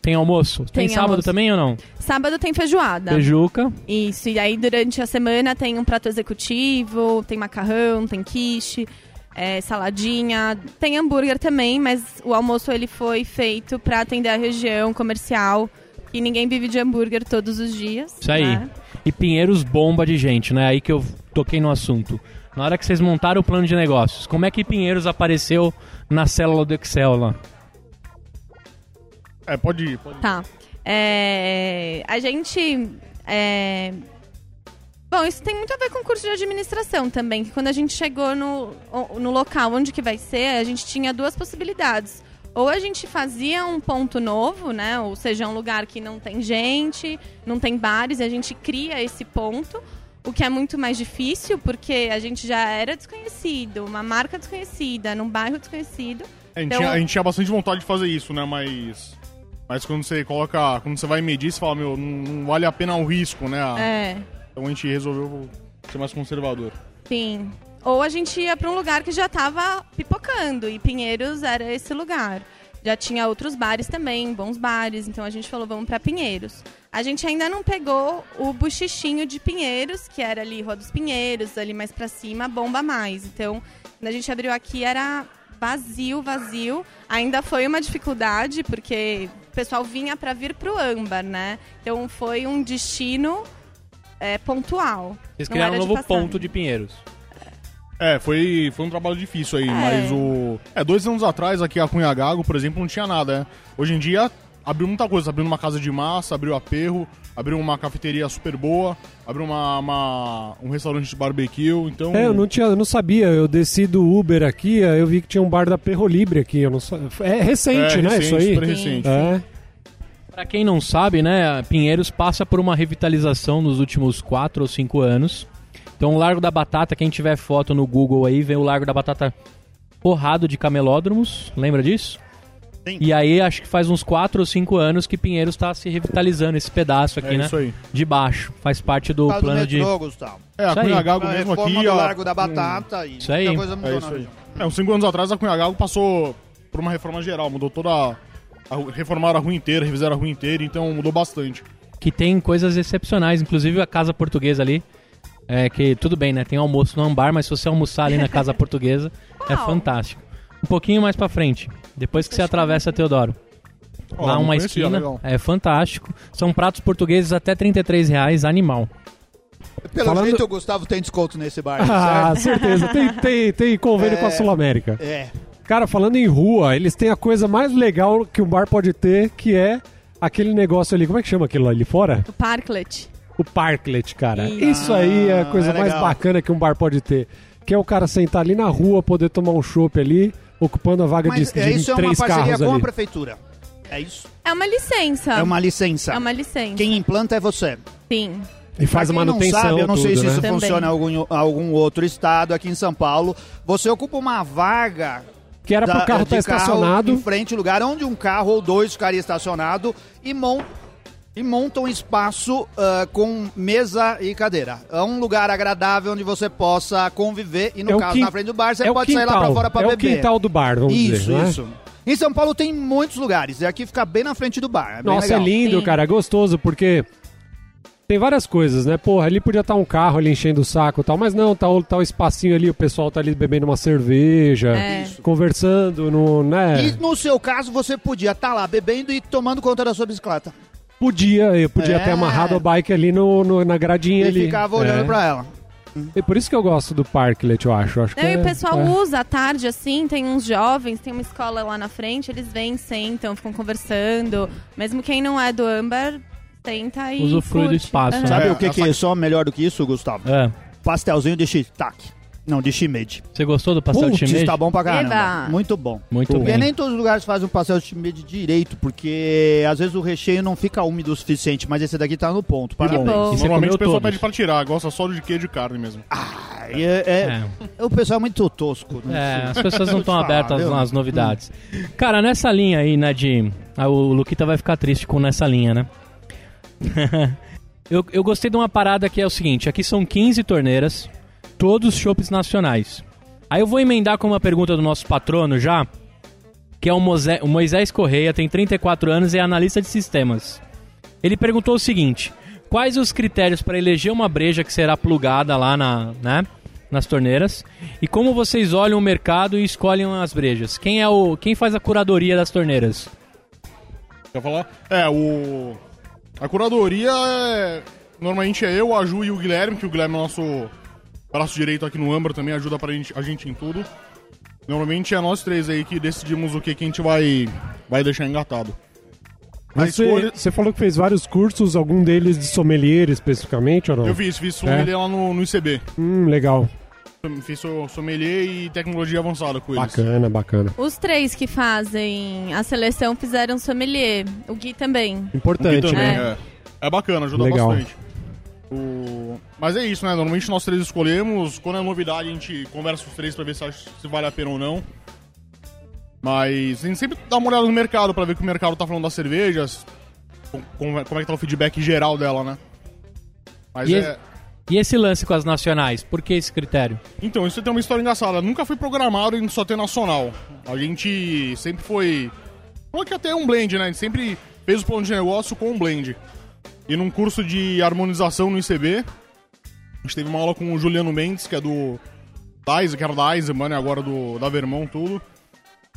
[SPEAKER 1] tem almoço? Tem,
[SPEAKER 4] Tem
[SPEAKER 1] sábado
[SPEAKER 4] almoço.
[SPEAKER 1] também ou não?
[SPEAKER 4] Sábado tem feijoada.
[SPEAKER 1] Bejuca.
[SPEAKER 4] Isso, e aí durante a semana tem um prato executivo, tem macarrão, tem quiche, é, saladinha, tem hambúrguer também, mas o almoço ele foi feito pra atender a região comercial e ninguém vive de hambúrguer todos os dias.
[SPEAKER 1] Isso aí.
[SPEAKER 4] né?
[SPEAKER 1] E Pinheiros bomba de gente, né? Aí que eu toquei no assunto. Na hora que vocês montaram o plano de negócios, como é que Pinheiros apareceu na célula do Excel lá?
[SPEAKER 5] É, pode ir, pode ir.
[SPEAKER 4] Tá. É, a gente. é, Bom, isso tem muito a ver com o curso de administração também, que quando a gente chegou no, o- no local onde que vai ser, a gente tinha duas possibilidades. Ou a gente fazia um ponto novo, né? Ou seja, um lugar que não tem gente, não tem bares, e a gente cria esse ponto, o que é muito mais difícil, porque a gente já era desconhecido, uma marca desconhecida, num bairro desconhecido.
[SPEAKER 5] É, A gente,
[SPEAKER 4] Então-
[SPEAKER 5] tinha, a gente tinha bastante vontade de fazer isso, né? Mas. Mas quando você coloca. Quando você vai medir, você fala, meu, não, não vale a pena o risco, né?
[SPEAKER 4] É.
[SPEAKER 5] Então a gente resolveu ser mais conservador.
[SPEAKER 4] Sim. Ou a gente ia para um lugar que já estava pipocando e Pinheiros era esse lugar. Já tinha outros bares também, bons bares, então a gente falou vamos para Pinheiros. A gente ainda não pegou o buchichinho de Pinheiros, que era ali Rua dos Pinheiros, ali mais para cima, bomba mais. Então, quando a gente abriu aqui era vazio, vazio. Ainda foi uma dificuldade porque o pessoal vinha para vir pro Âmbar, né? Então foi um destino é, pontual.
[SPEAKER 1] Vocês
[SPEAKER 4] Não
[SPEAKER 1] criaram
[SPEAKER 4] era
[SPEAKER 1] um
[SPEAKER 4] de
[SPEAKER 1] novo
[SPEAKER 4] passagem.
[SPEAKER 1] ponto de Pinheiros.
[SPEAKER 5] É, foi, foi um trabalho difícil aí, mas o. É, dois anos atrás, aqui a Cunhagago, por exemplo, não tinha nada, né? Hoje em dia abriu muita coisa, abriu uma casa de massa, abriu aperro, abriu uma cafeteria super boa, abriu uma, uma- um restaurante de barbecue, então.
[SPEAKER 3] É, eu não, tinha, eu não sabia, eu desci do Uber aqui, aí eu vi que tinha um bar da Perro Libre aqui, eu não sa- É recente,
[SPEAKER 5] É,
[SPEAKER 3] né,
[SPEAKER 5] recente,
[SPEAKER 3] isso aí?
[SPEAKER 5] super recente.
[SPEAKER 3] É.
[SPEAKER 1] Pra quem não sabe, né, Pinheiros passa por uma revitalização nos últimos 4 ou 5 anos. Então o Largo da Batata, quem tiver foto no Google aí, vê o Largo da Batata forrado de camelódromos, lembra disso?
[SPEAKER 2] Sim.
[SPEAKER 1] E aí acho que faz uns 4 ou 5 anos que Pinheiros tá se revitalizando esse pedaço aqui,
[SPEAKER 5] É
[SPEAKER 1] né?
[SPEAKER 5] isso aí.
[SPEAKER 1] De baixo, faz parte do
[SPEAKER 2] Por causa do
[SPEAKER 1] plano de...
[SPEAKER 2] metrô, Gustavo.
[SPEAKER 5] É, a
[SPEAKER 1] Isso aí.
[SPEAKER 5] Cunhagago
[SPEAKER 2] A
[SPEAKER 5] mesmo
[SPEAKER 2] reforma
[SPEAKER 5] aqui.
[SPEAKER 2] Ah, do
[SPEAKER 5] a-
[SPEAKER 2] Largo da Batata e
[SPEAKER 1] Isso aí.
[SPEAKER 2] muita coisa mudou
[SPEAKER 5] É
[SPEAKER 2] na
[SPEAKER 5] isso aí.
[SPEAKER 2] região.
[SPEAKER 5] É, uns cinco anos atrás a Cunhagago passou por uma reforma geral, mudou toda a... a ru- reformaram a rua inteira, revisaram a rua inteira, então mudou bastante.
[SPEAKER 1] que tem coisas excepcionais, inclusive a casa portuguesa ali. É que tudo bem, né? Tem almoço no ambar, mas se você almoçar ali na casa portuguesa, é
[SPEAKER 4] Uau.
[SPEAKER 1] fantástico. Um pouquinho mais pra frente, depois que você atravessa Teodoro,
[SPEAKER 5] Ó,
[SPEAKER 1] lá
[SPEAKER 5] não
[SPEAKER 1] uma
[SPEAKER 5] conhecia,
[SPEAKER 1] esquina,
[SPEAKER 5] legal.
[SPEAKER 1] é fantástico. São pratos portugueses até 33 reais, animal.
[SPEAKER 2] Pelo
[SPEAKER 3] Falando-
[SPEAKER 2] jeito, o Gustavo tem desconto nesse bar,
[SPEAKER 3] Ah,
[SPEAKER 2] certo?
[SPEAKER 3] certeza, tem, tem, tem convênio com a Sul América.
[SPEAKER 2] É.
[SPEAKER 3] Cara, falando em rua, eles têm a coisa mais legal que um bar pode ter, que é aquele negócio ali, como é que chama aquilo ali fora?
[SPEAKER 4] O Parklet.
[SPEAKER 3] O parklet, cara.
[SPEAKER 4] Ih.
[SPEAKER 3] Isso aí é a coisa
[SPEAKER 2] Ah, é
[SPEAKER 3] mais
[SPEAKER 2] legal.
[SPEAKER 3] bacana que um bar pode ter. Que é o cara sentar ali na rua, poder tomar um chopp ali, ocupando a vaga
[SPEAKER 2] Mas
[SPEAKER 3] de,
[SPEAKER 2] é,
[SPEAKER 3] de
[SPEAKER 2] isso é uma
[SPEAKER 3] três
[SPEAKER 2] parceria
[SPEAKER 3] carros
[SPEAKER 2] com a
[SPEAKER 3] ali.
[SPEAKER 2] prefeitura. É isso.
[SPEAKER 4] É uma licença.
[SPEAKER 2] É uma licença.
[SPEAKER 4] É uma licença.
[SPEAKER 2] Quem implanta é você.
[SPEAKER 4] Sim.
[SPEAKER 3] E faz a
[SPEAKER 2] Pra quem
[SPEAKER 3] manutenção.
[SPEAKER 2] Não sabe, eu não sei
[SPEAKER 3] tudo,
[SPEAKER 2] se
[SPEAKER 3] né?
[SPEAKER 2] isso
[SPEAKER 4] Também.
[SPEAKER 2] funciona em algum, algum outro estado aqui em São Paulo. Você ocupa uma vaga
[SPEAKER 3] Que era pro
[SPEAKER 2] da-
[SPEAKER 3] carro
[SPEAKER 2] de
[SPEAKER 3] estar
[SPEAKER 2] em
[SPEAKER 3] estacionado.
[SPEAKER 2] frente ao lugar onde um carro ou dois ficaria estacionado e mon- e monta um espaço ah, com mesa e cadeira. É um lugar agradável onde você possa conviver e, no
[SPEAKER 3] É o
[SPEAKER 2] caso,
[SPEAKER 3] quin-
[SPEAKER 2] na frente do bar, você
[SPEAKER 3] é o
[SPEAKER 2] pode sair lá pra
[SPEAKER 3] quintal,
[SPEAKER 2] fora pra
[SPEAKER 3] é o
[SPEAKER 2] beber.
[SPEAKER 3] quintal do bar, vamos
[SPEAKER 2] isso,
[SPEAKER 3] dizer. né?
[SPEAKER 2] isso. Em São Paulo tem muitos lugares. E aqui fica bem na frente do bar. É bem
[SPEAKER 3] Nossa,
[SPEAKER 2] legal.
[SPEAKER 3] é lindo,
[SPEAKER 4] Sim.
[SPEAKER 3] cara. É gostoso, porque tem várias coisas, né? Porra, ali podia estar um carro ali enchendo o saco e tal, mas não, tá o tá o espacinho ali, o pessoal tá ali bebendo uma cerveja,
[SPEAKER 4] É.
[SPEAKER 3] conversando, no, né?
[SPEAKER 2] E no seu caso, você podia estar lá bebendo e tomando conta da sua bicicleta.
[SPEAKER 3] Podia, eu podia
[SPEAKER 2] É.
[SPEAKER 3] ter amarrado a bike ali no, no- na
[SPEAKER 2] E,
[SPEAKER 3] gradinha ali.
[SPEAKER 2] ficava olhando
[SPEAKER 3] É.
[SPEAKER 2] pra ela.
[SPEAKER 3] E por isso que eu gosto do Parklet, eu acho. acho
[SPEAKER 4] Não,
[SPEAKER 3] que
[SPEAKER 4] e
[SPEAKER 3] é-
[SPEAKER 4] o pessoal
[SPEAKER 3] é.
[SPEAKER 4] usa à tarde, assim, tem uns jovens, tem uma escola lá na frente, eles vêm, sentam, ficam conversando. Mesmo quem não é do Amber, tenta e
[SPEAKER 1] Usufrui do
[SPEAKER 4] curte.
[SPEAKER 1] espaço, né?
[SPEAKER 2] Sabe
[SPEAKER 5] É,
[SPEAKER 2] o que,
[SPEAKER 5] a
[SPEAKER 2] que é só melhor do que isso, Gustavo?
[SPEAKER 1] É.
[SPEAKER 2] Pastelzinho de shiitake. Não, de shimeji.
[SPEAKER 1] Você gostou do pastel de
[SPEAKER 2] Putz,
[SPEAKER 1] shimeji?
[SPEAKER 2] tá bom pra caramba.
[SPEAKER 4] Eba.
[SPEAKER 2] Muito bom.
[SPEAKER 1] Muito
[SPEAKER 2] Porque
[SPEAKER 1] bem.
[SPEAKER 2] nem todos os lugares fazem um pastel de shimeji direito, porque às vezes o recheio não fica úmido o suficiente, mas esse daqui tá no ponto. Parabéns.
[SPEAKER 4] bom.
[SPEAKER 1] E você
[SPEAKER 5] Normalmente
[SPEAKER 1] comeu
[SPEAKER 5] o pessoal
[SPEAKER 1] todos.
[SPEAKER 5] pede pra tirar, gosta só de queijo e carne mesmo.
[SPEAKER 2] Ah, e é- é- O pessoal é muito tosco.
[SPEAKER 1] É,
[SPEAKER 2] Né?
[SPEAKER 1] as pessoas não
[SPEAKER 2] Vou te
[SPEAKER 1] estão
[SPEAKER 2] falar,
[SPEAKER 1] abertas
[SPEAKER 2] viu?
[SPEAKER 1] às novidades. Cara, nessa linha aí, né, de... ah, O Luquita vai ficar triste com nessa linha, né? eu, eu gostei de uma parada que é o seguinte. Aqui são 15 torneiras, todos chopes nacionais. Aí eu vou emendar com uma pergunta do nosso patrono já, que é o, Mose- o Moisés Correia, tem 34 anos e é analista de sistemas. Ele perguntou o seguinte... Quais os critérios para eleger uma breja que será plugada lá na, né, nas torneiras? E como vocês olham o mercado e escolhem as brejas? Quem é o quem faz a curadoria das torneiras?
[SPEAKER 5] Quer falar? É, o. A curadoria é. Normalmente é eu, a Ju e o Guilherme, que o Guilherme é o nosso braço direito aqui no Âmbar também, ajuda pra gente, a gente em tudo. Normalmente é nós três aí que decidimos o que, que a gente vai, vai deixar engatado. A
[SPEAKER 3] Mas você,
[SPEAKER 5] escolha-
[SPEAKER 3] você falou que fez vários cursos, algum deles de sommelier especificamente ou não?
[SPEAKER 5] Eu fiz, fiz
[SPEAKER 1] É?
[SPEAKER 5] sommelier um lá no, no ICB.
[SPEAKER 3] Hum, legal.
[SPEAKER 5] Fiz so- sommelier e tecnologia avançada com eles.
[SPEAKER 3] Bacana, bacana.
[SPEAKER 4] Os três que fazem a seleção fizeram sommelier. O Gui também.
[SPEAKER 5] E
[SPEAKER 3] Importante,
[SPEAKER 5] também,
[SPEAKER 3] né?
[SPEAKER 5] é. É bacana, ajuda
[SPEAKER 3] Legal.
[SPEAKER 5] bastante. O... Mas é isso, né? Normalmente nós três escolhemos. Quando é novidade, a gente conversa com os três pra ver se, acha- se vale a pena ou não. Mas a gente sempre dá uma olhada no mercado pra ver o que o mercado tá falando das cervejas. com- Como é, como é que tá o feedback geral dela, né? Mas
[SPEAKER 1] E
[SPEAKER 5] é...
[SPEAKER 1] esse- E esse lance com as nacionais, por que esse critério?
[SPEAKER 5] Então, isso tem uma história engraçada. Nunca fui programado em só ter nacional. A gente sempre foi. Falou que até é um blend, né? A gente sempre fez o plano de negócio com um blend. E num curso de harmonização no ICB, a gente teve uma aula com o Juliano Mendes, que é do. Da Isa, que era da Isa, mano, e agora do, da Vermão, tudo.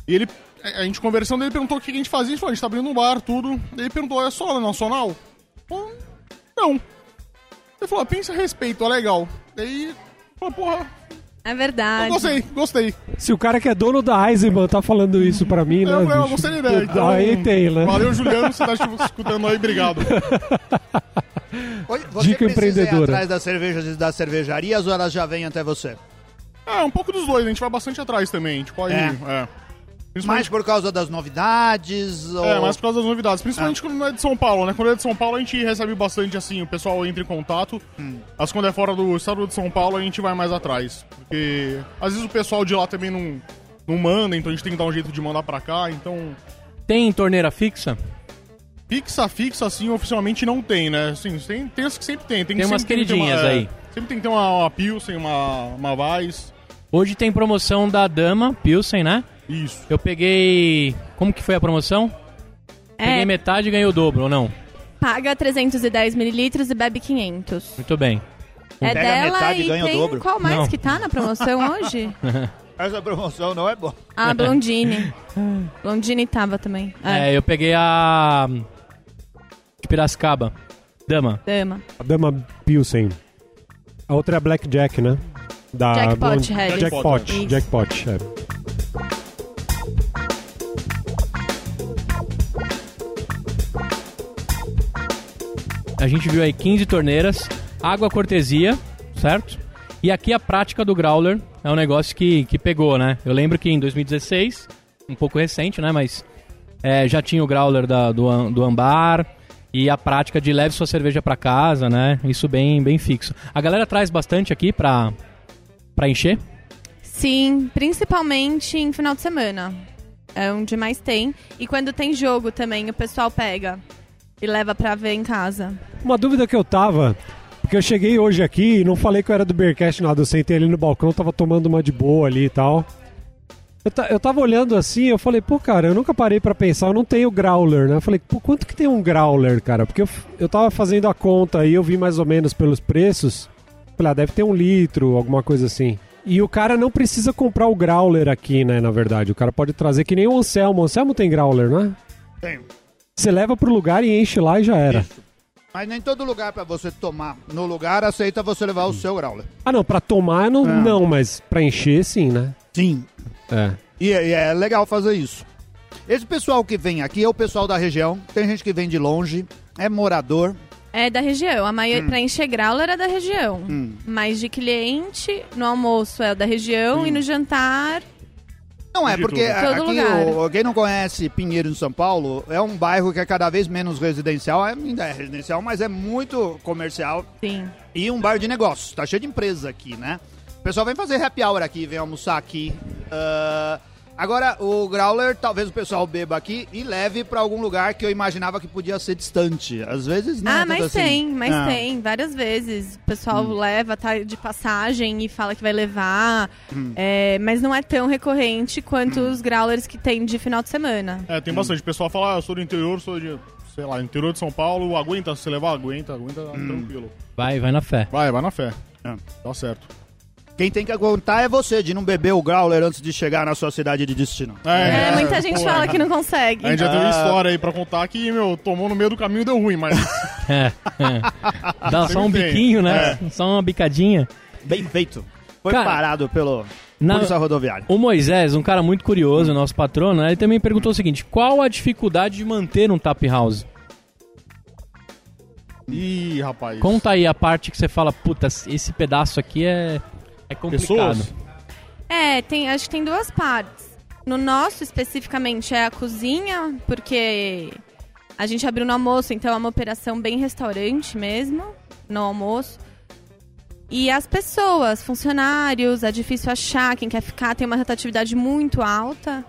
[SPEAKER 5] E ele. A a gente conversando, ele perguntou o que a gente fazia. A gente falou, a gente tá abrindo um bar, tudo. Ele perguntou, é só nacional? Falou, não. Ele falou, pensa a respeito, ó, legal. Daí. Falou, porra,
[SPEAKER 4] É
[SPEAKER 5] eu
[SPEAKER 4] verdade.
[SPEAKER 5] gostei, gostei.
[SPEAKER 3] Se o cara que é dono da Eisenbahn tá falando isso pra mim, né?
[SPEAKER 5] Eu, eu
[SPEAKER 3] bicho?
[SPEAKER 5] gostei da ideia. Então,
[SPEAKER 3] Aí tem,
[SPEAKER 1] É.
[SPEAKER 3] né?
[SPEAKER 5] Valeu, Juliano, você tá tipo, escutando aí, obrigado.
[SPEAKER 2] Oi, Você
[SPEAKER 3] Dica
[SPEAKER 2] precisa ir
[SPEAKER 3] empreendedora.
[SPEAKER 2] atrás das cervejas e das cervejarias ou elas já vêm até você?
[SPEAKER 5] É, um pouco dos dois, a gente vai bastante atrás também. A gente pode.
[SPEAKER 2] É.
[SPEAKER 5] É. é.
[SPEAKER 2] Mais
[SPEAKER 5] Principalmente-
[SPEAKER 2] por causa das novidades? Ou...
[SPEAKER 5] É, mas por causa das novidades. Principalmente quando é de São Paulo, né? Quando é de São Paulo, a gente recebe bastante, assim, o pessoal entra em contato. Mas quando é fora do estado de São Paulo, a gente vai mais atrás. Porque às vezes o pessoal de lá também não, não manda, então a gente tem que dar um jeito de mandar pra cá. Então,
[SPEAKER 1] Tem torneira fixa?
[SPEAKER 5] Fixa, fixa, assim, oficialmente não tem, né? Assim, tem, tem as que sempre tem. Tem,
[SPEAKER 1] Tem umas
[SPEAKER 5] sempre ter
[SPEAKER 1] queridinhas
[SPEAKER 5] uma- é,
[SPEAKER 1] aí.
[SPEAKER 5] sempre tem que ter uma, uma Pilsen, uma, uma Weiss.
[SPEAKER 1] Hoje tem promoção da Dama Pilsen, né?
[SPEAKER 5] Isso.
[SPEAKER 1] Eu peguei, como que foi a promoção? Peguei
[SPEAKER 4] É,
[SPEAKER 1] metade e ganhei o dobro ou não?
[SPEAKER 4] paga 310 mililitros e bebe 500.
[SPEAKER 1] Muito bem.
[SPEAKER 4] É
[SPEAKER 2] Pega
[SPEAKER 4] dela
[SPEAKER 2] metade e
[SPEAKER 4] e
[SPEAKER 2] ganha o
[SPEAKER 4] tem
[SPEAKER 2] dobro.
[SPEAKER 4] qual mais
[SPEAKER 1] Não.
[SPEAKER 4] que tá na promoção hoje?
[SPEAKER 2] Essa promoção não é boa.
[SPEAKER 4] A Blondine. Blondine tava também. É,
[SPEAKER 1] É, eu peguei a de Piracicaba. Dama.
[SPEAKER 4] dama.
[SPEAKER 3] A Dama Pilsen. A outra é a Blackjack, né? Da
[SPEAKER 4] Jackpot,
[SPEAKER 3] Blonde-
[SPEAKER 4] Harry.
[SPEAKER 3] Jackpot,
[SPEAKER 4] Isso.
[SPEAKER 3] Jackpot, é.
[SPEAKER 1] A gente viu aí 15 torneiras, água cortesia, certo? E aqui a prática do growler é um negócio que, que pegou, né? Eu lembro que em 2016, um pouco recente, né? Mas é, já tinha o growler da- do, am- do ambar e a prática de leve sua cerveja pra casa, né? Isso bem, bem fixo. A galera traz bastante aqui pra, pra encher.
[SPEAKER 4] Sim, principalmente em final de semana. É onde mais tem. E quando tem jogo também, o pessoal pega e leva pra ver em casa.
[SPEAKER 3] Uma dúvida que eu tava, porque eu cheguei hoje aqui e não falei que eu era do Bearcast nada, eu sentei ali no balcão, tava tomando uma de boa ali e tal. Eu, ta- eu tava olhando assim, eu falei, pô, cara, eu nunca parei pra pensar, eu não tenho growler, né? Eu falei, pô, quanto que tem um growler, cara? Porque eu, f- eu tava fazendo a conta aí, eu vi mais ou menos pelos preços. Falei, ah, deve ter um litro, alguma coisa assim. E o cara não precisa comprar o growler aqui, né? Na verdade, o cara pode trazer que nem o Anselmo. O Anselmo tem growler, né?
[SPEAKER 2] Tem.
[SPEAKER 3] Você leva pro lugar e enche lá e já era.
[SPEAKER 2] Mas nem todo lugar pra você tomar no lugar aceita você levar o seu grauler.
[SPEAKER 3] Ah, não, pra tomar não,
[SPEAKER 2] Ah.
[SPEAKER 3] não, mas pra encher sim, né?
[SPEAKER 2] Sim.
[SPEAKER 3] É.
[SPEAKER 2] E é, e é legal fazer isso. Esse pessoal que vem aqui é o pessoal da região. Tem gente que vem de longe, é morador.
[SPEAKER 4] É da região. A maioria pra encher grau era da região.
[SPEAKER 2] Hum.
[SPEAKER 4] Mas de cliente, no almoço é o da região
[SPEAKER 2] Hum.
[SPEAKER 4] e no jantar.
[SPEAKER 2] Não é,
[SPEAKER 5] De
[SPEAKER 2] porque
[SPEAKER 5] tudo.
[SPEAKER 2] a-
[SPEAKER 4] Todo
[SPEAKER 2] aqui,
[SPEAKER 4] lugar.
[SPEAKER 2] o- quem não conhece Pinheiro, em São Paulo, é um bairro que é cada vez menos residencial, ainda é residencial, mas é muito comercial
[SPEAKER 4] Sim.
[SPEAKER 2] e um bairro de negócios. Tá cheio de empresa aqui, né? O pessoal vem fazer happy hour aqui, vem almoçar aqui. Ah, agora, o Growler, talvez o pessoal beba aqui e leve pra algum lugar que eu imaginava que podia ser distante. Às vezes não. é
[SPEAKER 4] ah,
[SPEAKER 2] tanto
[SPEAKER 4] mas
[SPEAKER 2] assim.
[SPEAKER 4] tem, mas
[SPEAKER 2] Ah. Hum.
[SPEAKER 4] tem. Várias vezes. O pessoal leva, tá de passagem e fala que vai levar.
[SPEAKER 2] Hum.
[SPEAKER 4] É, mas não é tão recorrente quanto os growlers que tem de final de semana.
[SPEAKER 5] É, tem bastante. O pessoal fala, ah, eu sou do interior, sou de, sei lá, interior de São Paulo, aguenta, se levar, aguenta, aguenta, tranquilo.
[SPEAKER 1] Vai, vai na fé.
[SPEAKER 5] Vai, vai na fé.
[SPEAKER 2] É.
[SPEAKER 5] Tá certo.
[SPEAKER 2] Quem tem que aguentar é você, de não beber o Growler antes de chegar na sua cidade de destino.
[SPEAKER 4] É, muita gente
[SPEAKER 5] pô,
[SPEAKER 4] fala
[SPEAKER 5] é.
[SPEAKER 4] que não consegue.
[SPEAKER 5] A gente já teve história aí pra contar que, meu, tomou no meio do caminho e deu ruim, mas
[SPEAKER 1] É, é. Dá só um
[SPEAKER 5] Sempre tem. É.
[SPEAKER 1] biquinho, né? Só uma bicadinha.
[SPEAKER 2] Bem feito. Foi
[SPEAKER 1] Cara,
[SPEAKER 2] parado pelo
[SPEAKER 1] na-
[SPEAKER 2] Polícia Rodoviária.
[SPEAKER 1] O Moisés, um cara muito curioso, nosso patrono, né, ele também perguntou o seguinte: qual a dificuldade de manter um tap house?
[SPEAKER 5] Ih, rapaz.
[SPEAKER 1] Conta aí a parte que você fala, puta, esse pedaço aqui é, é complicado.
[SPEAKER 5] Pessoas?
[SPEAKER 4] É, tem, acho que tem duas partes. No nosso, especificamente, é a cozinha, porque a gente abriu no almoço, então é uma operação bem restaurante mesmo, no almoço. E as pessoas, funcionários, é difícil achar quem quer ficar, tem uma rotatividade muito alta.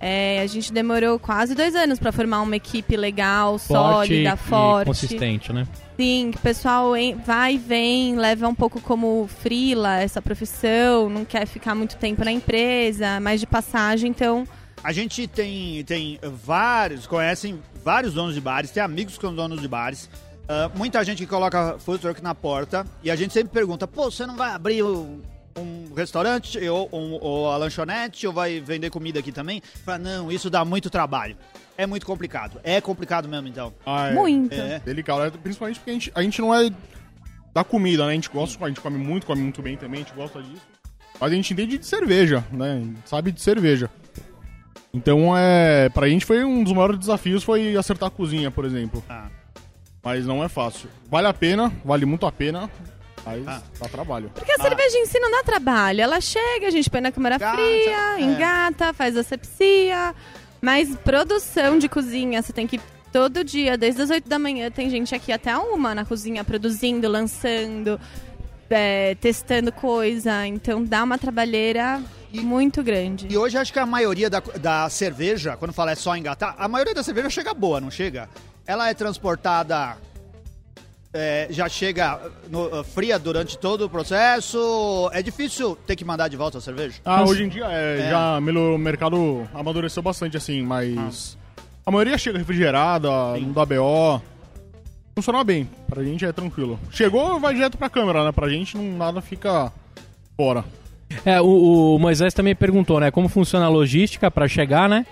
[SPEAKER 4] É, a gente demorou quase dois anos para formar uma equipe legal, sólida,
[SPEAKER 1] e
[SPEAKER 4] forte.
[SPEAKER 1] consistente, né?
[SPEAKER 4] Sim, que o pessoal en- vai e vem, leva um pouco como frila essa profissão, não quer ficar muito tempo na empresa, mas de passagem, então.
[SPEAKER 2] A gente tem, tem vários, conhecem vários donos de bares, tem amigos que são donos de bares. Ah, muita gente que coloca food truck na porta e a gente sempre pergunta: pô, você não vai abrir um, um restaurante ou, um- ou a lanchonete ou vai vender comida aqui também? Fala, não, isso dá muito trabalho. É muito complicado. É complicado mesmo, então.
[SPEAKER 5] Ah, é.
[SPEAKER 4] muito.
[SPEAKER 2] É.
[SPEAKER 5] Delicado, é, principalmente porque a gente, a gente não é da comida, né? A gente gosta, a gente come muito, come muito bem também, a gente gosta disso. Mas a gente entende de cerveja, né? Sabe de cerveja. Então é. Pra gente foi um dos maiores desafios foi acertar a cozinha, por exemplo.
[SPEAKER 2] Ah.
[SPEAKER 5] Mas não é fácil. Vale a pena, vale muito a pena, mas dá trabalho.
[SPEAKER 4] Porque a cerveja em si não dá trabalho. Ela chega, a gente põe na câmara
[SPEAKER 2] Ah. Engata,
[SPEAKER 4] fria,
[SPEAKER 2] é.
[SPEAKER 4] engata, faz asepsia. Mas produção de cozinha, você tem que. ir Todo dia, desde as 8 da manhã, tem gente aqui até a uma na cozinha, produzindo, lançando, é, testando coisa. Então dá uma trabalheira
[SPEAKER 2] E-
[SPEAKER 4] muito grande.
[SPEAKER 2] E hoje acho que a maioria da, da cerveja, quando fala é só engatar, a maioria da cerveja chega boa, não chega? Ela é transportada. é, já chega no- uh, fria durante todo o processo. É difícil ter que mandar de volta a cerveja?
[SPEAKER 5] Ah,
[SPEAKER 1] Mas-
[SPEAKER 5] hoje em dia é,
[SPEAKER 2] É.
[SPEAKER 5] já melhorou, o mercado amadureceu bastante, assim, mas
[SPEAKER 2] Ah.
[SPEAKER 5] a maioria chega refrigerada, não dá BO. Funciona bem, pra gente é tranquilo. Chegou, vai direto pra câmera, né? Pra gente não, nada fica fora.
[SPEAKER 1] É, o, o Moisés também perguntou, né? Como funciona a logística pra chegar, né?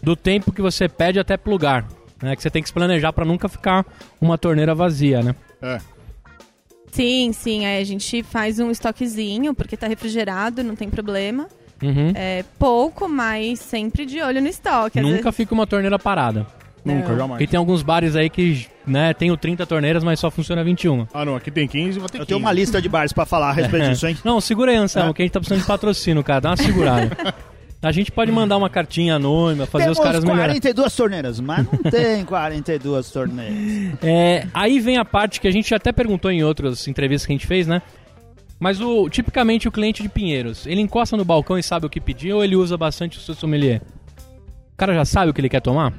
[SPEAKER 1] Do tempo que você pede até pro lugar. Né, que você tem que se planejar pra nunca ficar uma torneira vazia, né?
[SPEAKER 5] É.
[SPEAKER 4] Sim, sim. aí a gente faz um estoquezinho, porque tá refrigerado, não tem problema.
[SPEAKER 1] Uhum.
[SPEAKER 4] É pouco, mas sempre de olho no estoque. Às
[SPEAKER 1] Nunca fica uma torneira parada.
[SPEAKER 5] Nunca, jamais.
[SPEAKER 1] Porque tem alguns bares aí que, né, tem o 30 torneiras, mas só funciona 21.
[SPEAKER 5] Ah, não, aqui tem 15, vai ter
[SPEAKER 2] Eu
[SPEAKER 5] 15.
[SPEAKER 2] tenho uma lista de bares pra falar a respeito disso, hein?
[SPEAKER 1] É. Não, segura aí, Anselmo, que a gente tá precisando de patrocínio, cara. Dá uma segurada. a gente pode mandar uma cartinha anônima, fazer
[SPEAKER 2] Temos
[SPEAKER 1] os caras melhorarem.
[SPEAKER 2] 42 torneiras, mas não tem 42 torneiras.
[SPEAKER 1] É, aí vem a parte que a gente até perguntou em outras entrevistas que a gente fez, né? Mas o tipicamente o cliente de Pinheiros, ele encosta no balcão e sabe o que pedir ou ele usa bastante o seu sommelier? O cara já sabe o que ele quer tomar?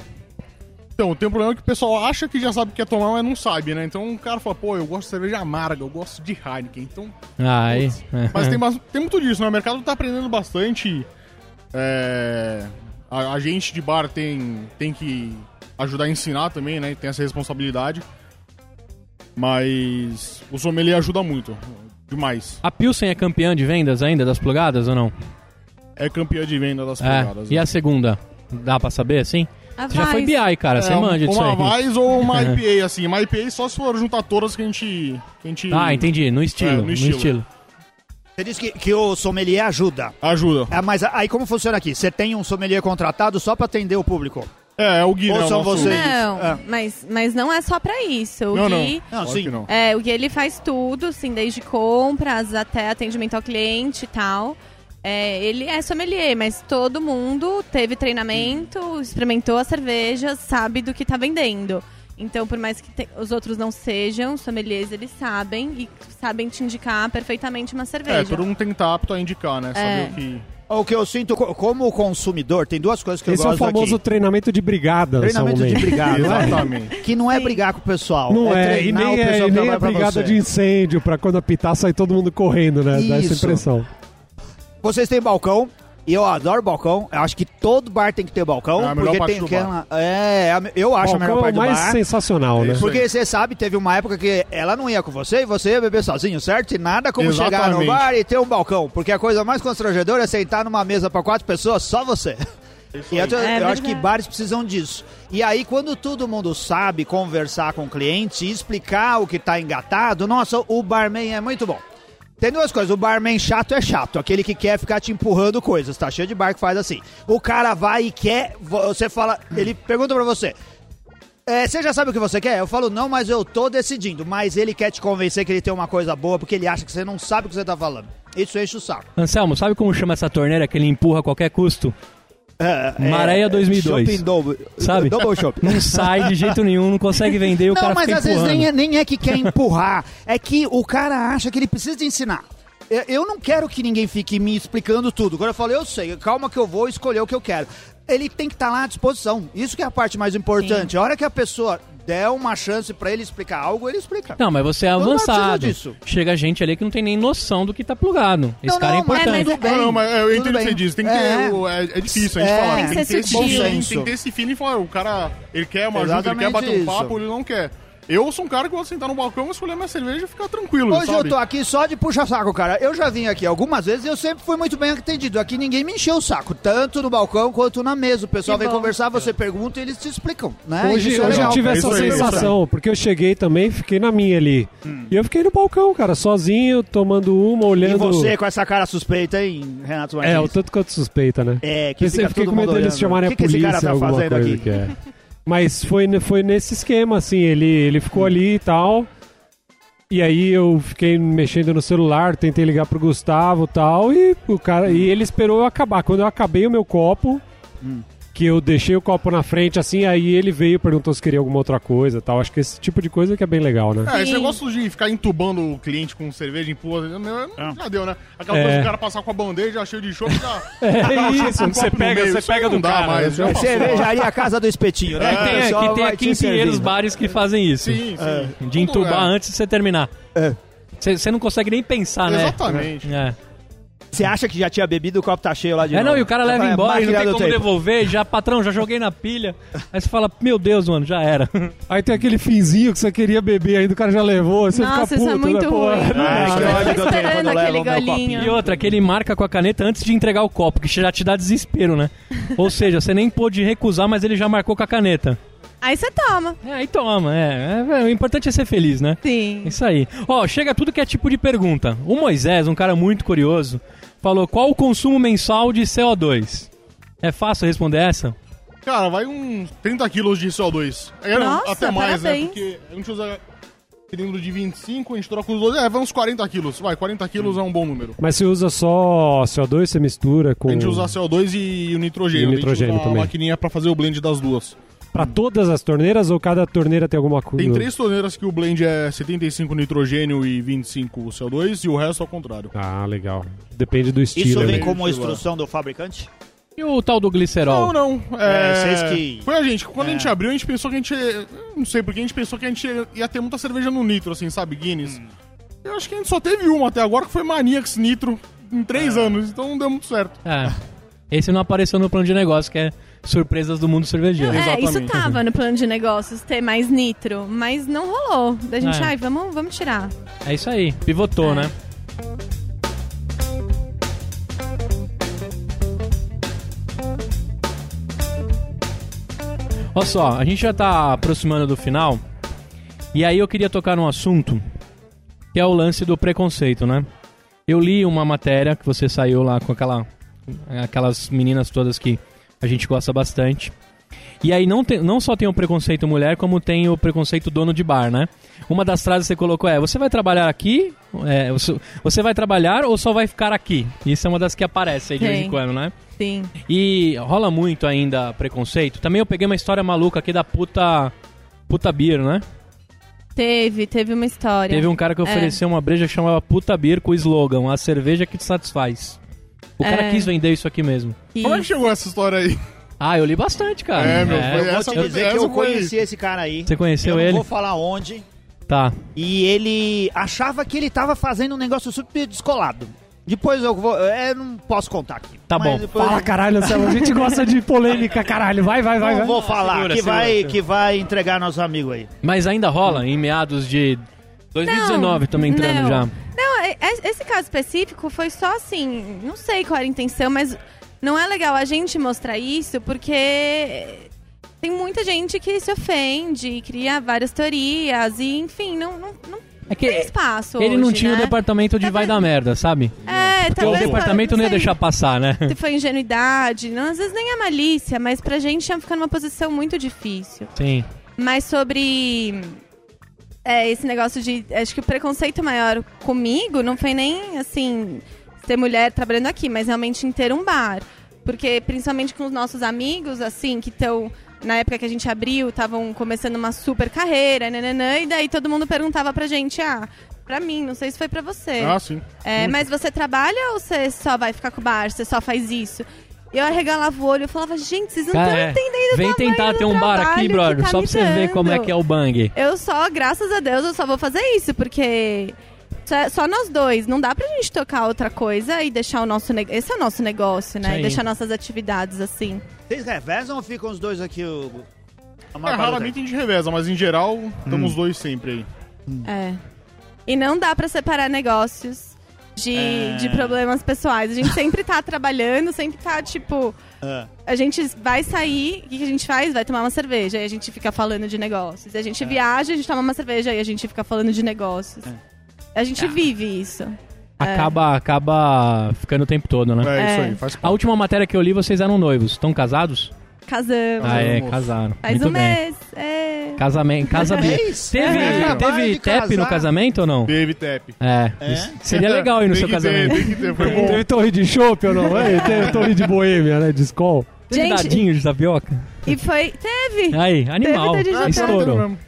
[SPEAKER 5] Então, tem um problema que o pessoal acha que já sabe o que é tomar, mas não sabe, né? Então o cara fala, pô, eu gosto de cerveja amarga, eu gosto de Heineken, então
[SPEAKER 1] Ai. é,
[SPEAKER 5] Mas tem, bas- tem muito disso, né? O mercado tá aprendendo bastante. É, a, a gente de bar tem, tem que ajudar a ensinar também, né? Tem essa responsabilidade. Mas o sommelier ajuda muito. Demais.
[SPEAKER 1] A Pilsen é campeã de vendas ainda das plugadas ou não?
[SPEAKER 5] É campeã de venda das
[SPEAKER 1] É.
[SPEAKER 5] pegadas. né?
[SPEAKER 1] E a segunda? Dá pra saber assim?
[SPEAKER 4] A
[SPEAKER 1] Você já foi
[SPEAKER 4] Weiss-
[SPEAKER 1] BI, cara, você manja disso
[SPEAKER 5] É, uma
[SPEAKER 1] aí.
[SPEAKER 5] Weiss ou uma IPA, assim. Uma IPA só se for juntar todas que a gente. Que a gente
[SPEAKER 1] Ah, entendi, no estilo,
[SPEAKER 5] É, no
[SPEAKER 1] no,
[SPEAKER 5] estilo.
[SPEAKER 1] estilo.
[SPEAKER 2] Você disse que, que o sommelier ajuda. É,
[SPEAKER 5] Ajuda.
[SPEAKER 2] Ah, mas aí como funciona aqui? Você tem um sommelier contratado só pra atender o público?
[SPEAKER 5] É, é o Gui,
[SPEAKER 2] Ou
[SPEAKER 5] né? o
[SPEAKER 2] são
[SPEAKER 5] nosso-
[SPEAKER 2] vocês?
[SPEAKER 4] Não,
[SPEAKER 2] Ah.
[SPEAKER 4] mas, mas não é só pra isso. O
[SPEAKER 5] Não,
[SPEAKER 4] Gui,
[SPEAKER 5] não.
[SPEAKER 2] Não,
[SPEAKER 5] Claro
[SPEAKER 2] sim.
[SPEAKER 5] que não.
[SPEAKER 4] É, o Gui ele faz tudo, assim, desde compras até atendimento ao cliente e tal. É, ele é sommelier, mas todo mundo teve treinamento, experimentou as cervejas, sabe do que tá vendendo. Então, por mais que te- os outros não sejam sommeliers, eles sabem e sabem te indicar perfeitamente uma cerveja.
[SPEAKER 5] É, todo mundo tem que estar apto a indicar, né? Saber
[SPEAKER 4] É.
[SPEAKER 5] o que.
[SPEAKER 2] O que eu sinto co- como consumidor, tem duas coisas que eu
[SPEAKER 3] Esse é
[SPEAKER 2] gosto
[SPEAKER 3] o famoso
[SPEAKER 2] aqui.
[SPEAKER 3] treinamento de brigada.
[SPEAKER 2] Treinamento de brigada.
[SPEAKER 5] Exatamente.
[SPEAKER 2] Que não é brigar com o pessoal.
[SPEAKER 3] Não é, e
[SPEAKER 2] treinar
[SPEAKER 3] nem
[SPEAKER 2] o pessoal
[SPEAKER 3] é, e
[SPEAKER 2] que
[SPEAKER 3] nem é
[SPEAKER 2] trabalha pra
[SPEAKER 3] brigada
[SPEAKER 2] você.
[SPEAKER 3] de incêndio, pra quando apitar sair todo mundo correndo, né? Dá essa
[SPEAKER 2] Isso.
[SPEAKER 3] impressão.
[SPEAKER 2] Vocês têm balcão, e eu adoro balcão. Eu acho que todo bar tem que ter balcão,
[SPEAKER 5] É a melhor
[SPEAKER 2] porque
[SPEAKER 5] parte
[SPEAKER 2] tem
[SPEAKER 5] do
[SPEAKER 2] aquela. É, a me- eu acho a melhor
[SPEAKER 3] Balcão é
[SPEAKER 2] parte do
[SPEAKER 3] o mais
[SPEAKER 2] bar. É
[SPEAKER 3] sensacional, né?
[SPEAKER 5] Isso.
[SPEAKER 2] Porque você sabe, teve uma época que ela não ia com você e você ia beber sozinho, certo? E nada como chegar no
[SPEAKER 5] Exatamente.
[SPEAKER 2] bar e ter um balcão. Porque a coisa mais constrangedora é sentar numa mesa pra quatro pessoas, só você. E eu, eu
[SPEAKER 4] É
[SPEAKER 2] acho que
[SPEAKER 4] verdade.
[SPEAKER 2] bares precisam disso. E aí, quando todo mundo sabe conversar com o cliente e explicar o que tá engatado, nossa, o barman é muito bom. Tem duas coisas, o barman chato é chato, aquele que quer ficar te empurrando coisas, tá cheio de bar que faz assim. O cara vai e quer, você fala, ele pergunta pra você, é, você já sabe o que você quer? Eu falo, não, mas eu tô decidindo. Mas ele quer te convencer que ele tem uma coisa boa, porque ele acha que você não sabe o que você tá falando. Isso enche o saco.
[SPEAKER 1] Anselmo, sabe como chama essa torneira que ele empurra a qualquer custo? Maréia 2002.
[SPEAKER 2] É, Shopping double.
[SPEAKER 1] Sabe?
[SPEAKER 2] Double shopping.
[SPEAKER 1] Não sai de jeito nenhum, não consegue vender e o
[SPEAKER 2] não,
[SPEAKER 1] cara
[SPEAKER 2] mas
[SPEAKER 1] fica
[SPEAKER 2] às vezes
[SPEAKER 1] empurrando.
[SPEAKER 2] nem é, nem é que quer empurrar. É que o cara acha que ele precisa de ensinar. Eu- Eu não quero que ninguém fique me explicando tudo. Quando eu falo, eu sei, calma que eu vou escolher o que eu quero. Ele tem que estar lá à disposição. Isso que é a parte mais importante. A hora que a pessoa der uma chance pra ele explicar algo, ele explica.
[SPEAKER 1] Não, mas você é
[SPEAKER 2] Todo mundo precisa
[SPEAKER 1] avançado.
[SPEAKER 2] disso.
[SPEAKER 1] Chega gente ali que não tem nem noção do que tá plugado. Esse
[SPEAKER 2] Não,
[SPEAKER 1] cara é
[SPEAKER 2] não, mas
[SPEAKER 1] importante.
[SPEAKER 4] É,
[SPEAKER 2] tudo bem,
[SPEAKER 5] Não, Ah, não, mas eu entendo
[SPEAKER 2] tudo
[SPEAKER 5] o que você
[SPEAKER 2] bem.
[SPEAKER 5] diz. Tem que
[SPEAKER 2] É.
[SPEAKER 5] ter. o- É, é difícil a gente
[SPEAKER 2] É.
[SPEAKER 5] falar. né?
[SPEAKER 4] Tem que ser
[SPEAKER 5] ter esse
[SPEAKER 4] sutil.
[SPEAKER 5] feeling,
[SPEAKER 2] Senso.
[SPEAKER 5] tem que ter esse feeling e falar, o cara, ele quer uma ajuda, ele quer
[SPEAKER 2] Exatamente
[SPEAKER 5] bater um
[SPEAKER 2] isso.
[SPEAKER 5] papo, ele não quer. Eu sou um cara que gosta de sentar no balcão, escolher minha cerveja e ficar tranquilo,
[SPEAKER 2] Hoje
[SPEAKER 5] sabe? É,
[SPEAKER 2] eu tô aqui só de puxa-saco, cara. Eu já vim aqui algumas vezes e eu sempre fui muito bem atendido. Aqui ninguém me encheu o saco, tanto no balcão quanto na mesa. O pessoal
[SPEAKER 4] Que
[SPEAKER 2] vem
[SPEAKER 4] bom. É.
[SPEAKER 2] conversar, você pergunta e eles te explicam, né?
[SPEAKER 3] Hoje,
[SPEAKER 2] Isso é
[SPEAKER 3] hoje eu
[SPEAKER 2] legal.
[SPEAKER 3] tive
[SPEAKER 5] cara.
[SPEAKER 3] essa
[SPEAKER 5] Isso aí,
[SPEAKER 3] sensação, porque eu cheguei também, fiquei na minha ali. E eu fiquei no balcão, cara, sozinho, tomando uma,
[SPEAKER 2] E
[SPEAKER 3] olhando.
[SPEAKER 2] você com essa cara suspeita, hein, Renato Martins?
[SPEAKER 3] É, o tanto quanto suspeita, né?
[SPEAKER 2] É,
[SPEAKER 3] Que
[SPEAKER 2] que fica
[SPEAKER 3] eu sempre fiquei
[SPEAKER 2] todo
[SPEAKER 3] com medo
[SPEAKER 2] mundo
[SPEAKER 3] deles
[SPEAKER 2] olhando.
[SPEAKER 3] chamarem
[SPEAKER 2] O
[SPEAKER 3] a
[SPEAKER 2] que que esse
[SPEAKER 3] polícia,
[SPEAKER 2] cara tá
[SPEAKER 3] alguma
[SPEAKER 2] fazendo
[SPEAKER 3] coisa
[SPEAKER 2] aqui?
[SPEAKER 3] que é. Mas foi, ne- foi nesse esquema, assim, ele, ele ficou ali e tal. E aí eu fiquei mexendo no celular, tentei ligar pro Gustavo e tal, e o cara. E ele esperou eu acabar. Quando eu acabei o meu copo,
[SPEAKER 2] Hum.
[SPEAKER 3] que eu deixei o copo na frente, assim, aí ele veio e perguntou se queria alguma outra coisa e tal. Acho que esse tipo de coisa que é bem legal, né?
[SPEAKER 5] É, esse
[SPEAKER 4] Sim.
[SPEAKER 5] negócio de ficar entubando o cliente com cerveja, empurra, não- já deu, né? Aquela
[SPEAKER 3] É.
[SPEAKER 5] coisa do cara passar com a bandeja cheio de chope, já...
[SPEAKER 3] É isso,
[SPEAKER 5] Um
[SPEAKER 3] você
[SPEAKER 5] copo no
[SPEAKER 3] pega,
[SPEAKER 5] meio,
[SPEAKER 3] você
[SPEAKER 5] isso
[SPEAKER 3] pega
[SPEAKER 5] não
[SPEAKER 3] do
[SPEAKER 5] dá
[SPEAKER 3] cara.
[SPEAKER 5] mais,
[SPEAKER 3] né?
[SPEAKER 5] já passou.
[SPEAKER 2] Cervejaria a casa do espetinho, né?
[SPEAKER 1] É, que tem,
[SPEAKER 2] O
[SPEAKER 1] é,
[SPEAKER 2] pessoal
[SPEAKER 1] que tem
[SPEAKER 2] vai
[SPEAKER 1] aqui
[SPEAKER 2] te
[SPEAKER 1] em Pinheiros
[SPEAKER 2] servindo.
[SPEAKER 1] bares que fazem isso.
[SPEAKER 5] Sim,
[SPEAKER 3] É.
[SPEAKER 5] sim.
[SPEAKER 1] De
[SPEAKER 5] Todo
[SPEAKER 1] entubar
[SPEAKER 5] lugar.
[SPEAKER 1] antes de você terminar.
[SPEAKER 2] É.
[SPEAKER 1] Você não consegue nem
[SPEAKER 2] Ah,
[SPEAKER 1] pensar, né?
[SPEAKER 5] Exatamente.
[SPEAKER 1] É.
[SPEAKER 2] Você acha que já tinha bebido, o copo tá cheio lá de
[SPEAKER 1] É,
[SPEAKER 2] novo.
[SPEAKER 1] não, e o cara leva
[SPEAKER 2] Fala, é,
[SPEAKER 1] embora e não
[SPEAKER 2] máquina
[SPEAKER 1] tem
[SPEAKER 2] do
[SPEAKER 1] como
[SPEAKER 2] tempo.
[SPEAKER 1] devolver. Já, patrão, já joguei na pilha. Aí você fala, meu Deus, mano, já era.
[SPEAKER 3] Aí tem aquele finzinho que você queria beber, aí o cara já levou, aí você
[SPEAKER 4] Nossa,
[SPEAKER 3] fica
[SPEAKER 4] isso
[SPEAKER 3] puto,
[SPEAKER 4] é muito
[SPEAKER 3] né? Pô,
[SPEAKER 4] ruim.
[SPEAKER 3] não
[SPEAKER 2] Ah, que
[SPEAKER 3] dá, né?
[SPEAKER 2] ódio que eu tenho
[SPEAKER 4] Esperando
[SPEAKER 2] quando
[SPEAKER 4] aquele
[SPEAKER 2] levam meu
[SPEAKER 4] golinho.
[SPEAKER 2] copinho.
[SPEAKER 1] E outra, que ele marca com a caneta antes de entregar o copo, que já te dá desespero, né? Ou seja, você nem pôde recusar, mas ele já marcou com a caneta.
[SPEAKER 4] Aí você toma.
[SPEAKER 1] É, aí toma, é. É, é, O importante é ser feliz, né?
[SPEAKER 4] Sim.
[SPEAKER 1] Isso aí. Ó, chega tudo que é tipo de pergunta. O Moisés, um cara muito curioso, falou qual o consumo mensal de CO2? É fácil responder essa?
[SPEAKER 5] Cara, vai uns 30 quilos de CO2. É,
[SPEAKER 4] Nossa,
[SPEAKER 5] até mais,
[SPEAKER 4] parabéns.
[SPEAKER 5] né? Porque a gente usa cilindro de 25, a gente troca os 12. É, vai uns 40 quilos. Vai, 40 quilos é um bom número.
[SPEAKER 3] Mas você usa só CO2, você mistura com.
[SPEAKER 5] A gente usa CO2 e o nitrogênio.
[SPEAKER 3] Hum. E nitrogênio
[SPEAKER 5] a gente usa
[SPEAKER 3] também.
[SPEAKER 5] uma maquininha pra fazer o blend das duas.
[SPEAKER 3] Pra todas as torneiras ou cada torneira tem alguma coisa?
[SPEAKER 5] Tem três torneiras que o blend é 75 nitrogênio e 25 CO2 e o resto ao contrário.
[SPEAKER 3] Ah, legal. Depende do estilo.
[SPEAKER 2] Isso
[SPEAKER 3] né?
[SPEAKER 2] vem como
[SPEAKER 5] Isso,
[SPEAKER 2] instrução do fabricante?
[SPEAKER 1] E o tal do glicerol?
[SPEAKER 5] Não, não. É,
[SPEAKER 2] É, vocês que-
[SPEAKER 5] Foi a gente. Quando a gente
[SPEAKER 2] É.
[SPEAKER 5] abriu, a gente pensou que a gente. Não sei porque a gente pensou que a gente ia ter muita cerveja no nitro, assim, sabe? Guinness. Eu acho que a gente só teve uma até agora, que foi Maniacs Nitro, em três anos. Então não deu muito certo.
[SPEAKER 1] É. Esse não apareceu no plano de negócio, que é surpresas do mundo cervejeiro.
[SPEAKER 4] É, isso
[SPEAKER 5] Exatamente.
[SPEAKER 4] tava no plano de negócios, ter mais nitro, mas não rolou. Da gente,
[SPEAKER 1] É.
[SPEAKER 4] ai, vamos, vamos tirar.
[SPEAKER 1] É isso aí, pivotou, né? Olha só, a gente já tá aproximando do final. E aí eu queria tocar num assunto que é o lance do preconceito, né? Eu li uma matéria que você saiu lá com aquela aquelas meninas todas que a gente gosta bastante. E aí não, tem- não só tem o preconceito mulher, como tem o preconceito dono de bar, né? Uma das frases que você colocou é: você vai trabalhar aqui? É, você, você vai trabalhar ou só vai ficar aqui? Isso é uma das que aparece aí de vez em
[SPEAKER 4] Tem.
[SPEAKER 1] quando, né?
[SPEAKER 4] Sim.
[SPEAKER 1] E rola muito ainda preconceito. Também eu peguei uma história maluca aqui da puta. Puta Beer, né?
[SPEAKER 4] Teve, teve uma história.
[SPEAKER 1] Teve um cara que ofereceu uma breja que chamava Puta Beer com o slogan: A cerveja que te satisfaz. O cara
[SPEAKER 4] É.
[SPEAKER 1] quis vender isso aqui mesmo.
[SPEAKER 4] que...
[SPEAKER 5] Como é que chegou essa história aí?
[SPEAKER 1] Ah, eu li bastante, cara.
[SPEAKER 5] É, meu, foi
[SPEAKER 1] eu vou
[SPEAKER 5] essa
[SPEAKER 1] te dizer.
[SPEAKER 5] foi-
[SPEAKER 2] Dizer que eu
[SPEAKER 5] Essa foi-
[SPEAKER 2] conheci esse cara aí.
[SPEAKER 1] Você conheceu
[SPEAKER 2] eu não
[SPEAKER 1] ele?
[SPEAKER 2] vou falar onde.
[SPEAKER 1] Tá.
[SPEAKER 2] E ele achava que ele tava fazendo um negócio super descolado. Depois eu vou. Eu não posso contar aqui.
[SPEAKER 1] Tá
[SPEAKER 2] Mas
[SPEAKER 1] bom.
[SPEAKER 2] depois
[SPEAKER 3] Fala,
[SPEAKER 2] eu-
[SPEAKER 3] caralho, Anselmo. A gente gosta de polêmica, caralho. Vai, vai, vai.
[SPEAKER 2] Não
[SPEAKER 3] vai.
[SPEAKER 2] vou falar,
[SPEAKER 1] Segura,
[SPEAKER 2] que,
[SPEAKER 1] segura,
[SPEAKER 2] vai,
[SPEAKER 1] segura.
[SPEAKER 2] que vai entregar nosso amigo aí.
[SPEAKER 1] Mas ainda rola em meados de 2019, também entrando
[SPEAKER 4] não.
[SPEAKER 1] já.
[SPEAKER 4] Não, é- é- esse caso específico foi só assim, não sei qual era a intenção, mas não é legal a gente mostrar isso porque tem muita gente que se ofende e cria várias teorias e, enfim, não, não, não
[SPEAKER 1] É que
[SPEAKER 4] tem espaço.
[SPEAKER 1] ele não
[SPEAKER 4] hoje,
[SPEAKER 1] tinha o
[SPEAKER 4] né?
[SPEAKER 1] departamento de
[SPEAKER 4] Tá
[SPEAKER 1] vai
[SPEAKER 4] vendo?
[SPEAKER 1] dar merda, sabe?
[SPEAKER 4] É,
[SPEAKER 1] Porque o
[SPEAKER 4] talvez.
[SPEAKER 1] departamento não ia
[SPEAKER 4] sei
[SPEAKER 1] deixar passar, né?
[SPEAKER 4] Se foi ingenuidade, não, às vezes nem é malícia, mas pra gente ia ficar numa posição muito difícil.
[SPEAKER 1] Sim.
[SPEAKER 4] Mas sobre é, esse negócio de. Acho que o preconceito maior comigo não foi nem, assim, ser mulher trabalhando aqui, mas realmente em ter um bar. Porque, principalmente com os nossos amigos, assim, que estão. Na época que a gente abriu, estavam começando uma super carreira, nananã, e daí todo mundo perguntava pra gente, ah, pra mim, não sei se foi pra você.
[SPEAKER 5] Ah, sim.
[SPEAKER 4] É, mas você trabalha ou você só vai ficar com o bar? Você só faz isso? E eu arregalava o olho, eu falava, gente, vocês não estão
[SPEAKER 1] Cara, é.
[SPEAKER 4] entendendo o
[SPEAKER 1] Vem
[SPEAKER 4] tamanho
[SPEAKER 1] tentar
[SPEAKER 4] do
[SPEAKER 1] ter um bar
[SPEAKER 4] trabalho
[SPEAKER 1] aqui,
[SPEAKER 4] que
[SPEAKER 1] brother,
[SPEAKER 4] tá
[SPEAKER 1] só
[SPEAKER 4] me
[SPEAKER 1] pra você ver
[SPEAKER 4] dando."
[SPEAKER 1] como é que é o bang.
[SPEAKER 4] Eu só, graças a Deus, eu só vou fazer isso, porque só, só nós dois. Não dá pra gente tocar outra coisa e deixar o nosso negócio. Esse é o nosso negócio,
[SPEAKER 1] Isso
[SPEAKER 4] né?
[SPEAKER 1] aí.
[SPEAKER 4] E deixar nossas atividades assim.
[SPEAKER 2] Vocês revezam ou ficam os dois aqui? O... a
[SPEAKER 5] É,
[SPEAKER 2] maior parte do
[SPEAKER 5] raramente a gente reveza, mas em geral, estamos os dois sempre aí.
[SPEAKER 4] É. E não dá pra separar negócios de, de problemas pessoais. A gente sempre tá trabalhando, sempre tá, tipo.
[SPEAKER 2] tempo? É.
[SPEAKER 4] a gente vai sair, o que que a gente faz? Vai tomar uma cerveja, aí a gente fica falando de negócios. E A gente viaja, a gente toma uma cerveja, aí a gente fica falando de negócios. A gente vive isso.
[SPEAKER 1] Acaba, acaba ficando o tempo todo, né?
[SPEAKER 5] É, isso
[SPEAKER 4] É.
[SPEAKER 5] aí, faz
[SPEAKER 1] A última matéria que eu li, vocês eram noivos. Estão casados?
[SPEAKER 4] Casamos.
[SPEAKER 1] Ah, é,
[SPEAKER 5] moço.
[SPEAKER 1] casaram.
[SPEAKER 4] Faz
[SPEAKER 1] Muito
[SPEAKER 4] um
[SPEAKER 1] bem.
[SPEAKER 4] mês. É.
[SPEAKER 1] Casamento, casa bi.
[SPEAKER 2] Mês?
[SPEAKER 1] Teve,
[SPEAKER 2] É, acabaram
[SPEAKER 1] teve
[SPEAKER 2] de
[SPEAKER 1] TEP no
[SPEAKER 2] casar.
[SPEAKER 1] casamento ou não?
[SPEAKER 5] Teve tap.
[SPEAKER 1] É.
[SPEAKER 2] É?
[SPEAKER 1] isso- Seria legal aí no seu
[SPEAKER 5] Tem que ter,
[SPEAKER 1] casamento.
[SPEAKER 5] Tem que ter, foi bom.
[SPEAKER 3] Teve torre de chopp ou não? Ei, teve torre de boêmia, né? De escola.
[SPEAKER 1] Teve
[SPEAKER 4] Gente-
[SPEAKER 1] dadinho de tapioca?
[SPEAKER 4] E foi. Teve!
[SPEAKER 1] Aí, animal.
[SPEAKER 5] Ah,
[SPEAKER 4] dadinho de
[SPEAKER 5] teve
[SPEAKER 1] Estouro.
[SPEAKER 5] mesmo.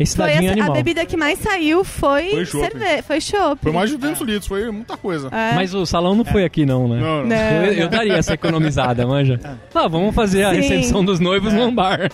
[SPEAKER 1] Esse
[SPEAKER 4] Foi
[SPEAKER 1] dadinho é
[SPEAKER 4] essa- a,
[SPEAKER 1] animal.
[SPEAKER 4] bebida que mais saiu foi,
[SPEAKER 5] Foi chopp.
[SPEAKER 4] cerveja. Foi chopp.
[SPEAKER 5] Foi mais de 200 litros, foi muita coisa.
[SPEAKER 4] É.
[SPEAKER 1] Mas o salão não foi aqui, não, né?
[SPEAKER 5] Não, não.
[SPEAKER 4] Não.
[SPEAKER 1] Eu, eu daria essa economizada, manja. Ah, vamos fazer a
[SPEAKER 4] Sim.
[SPEAKER 1] recepção dos noivos num bar.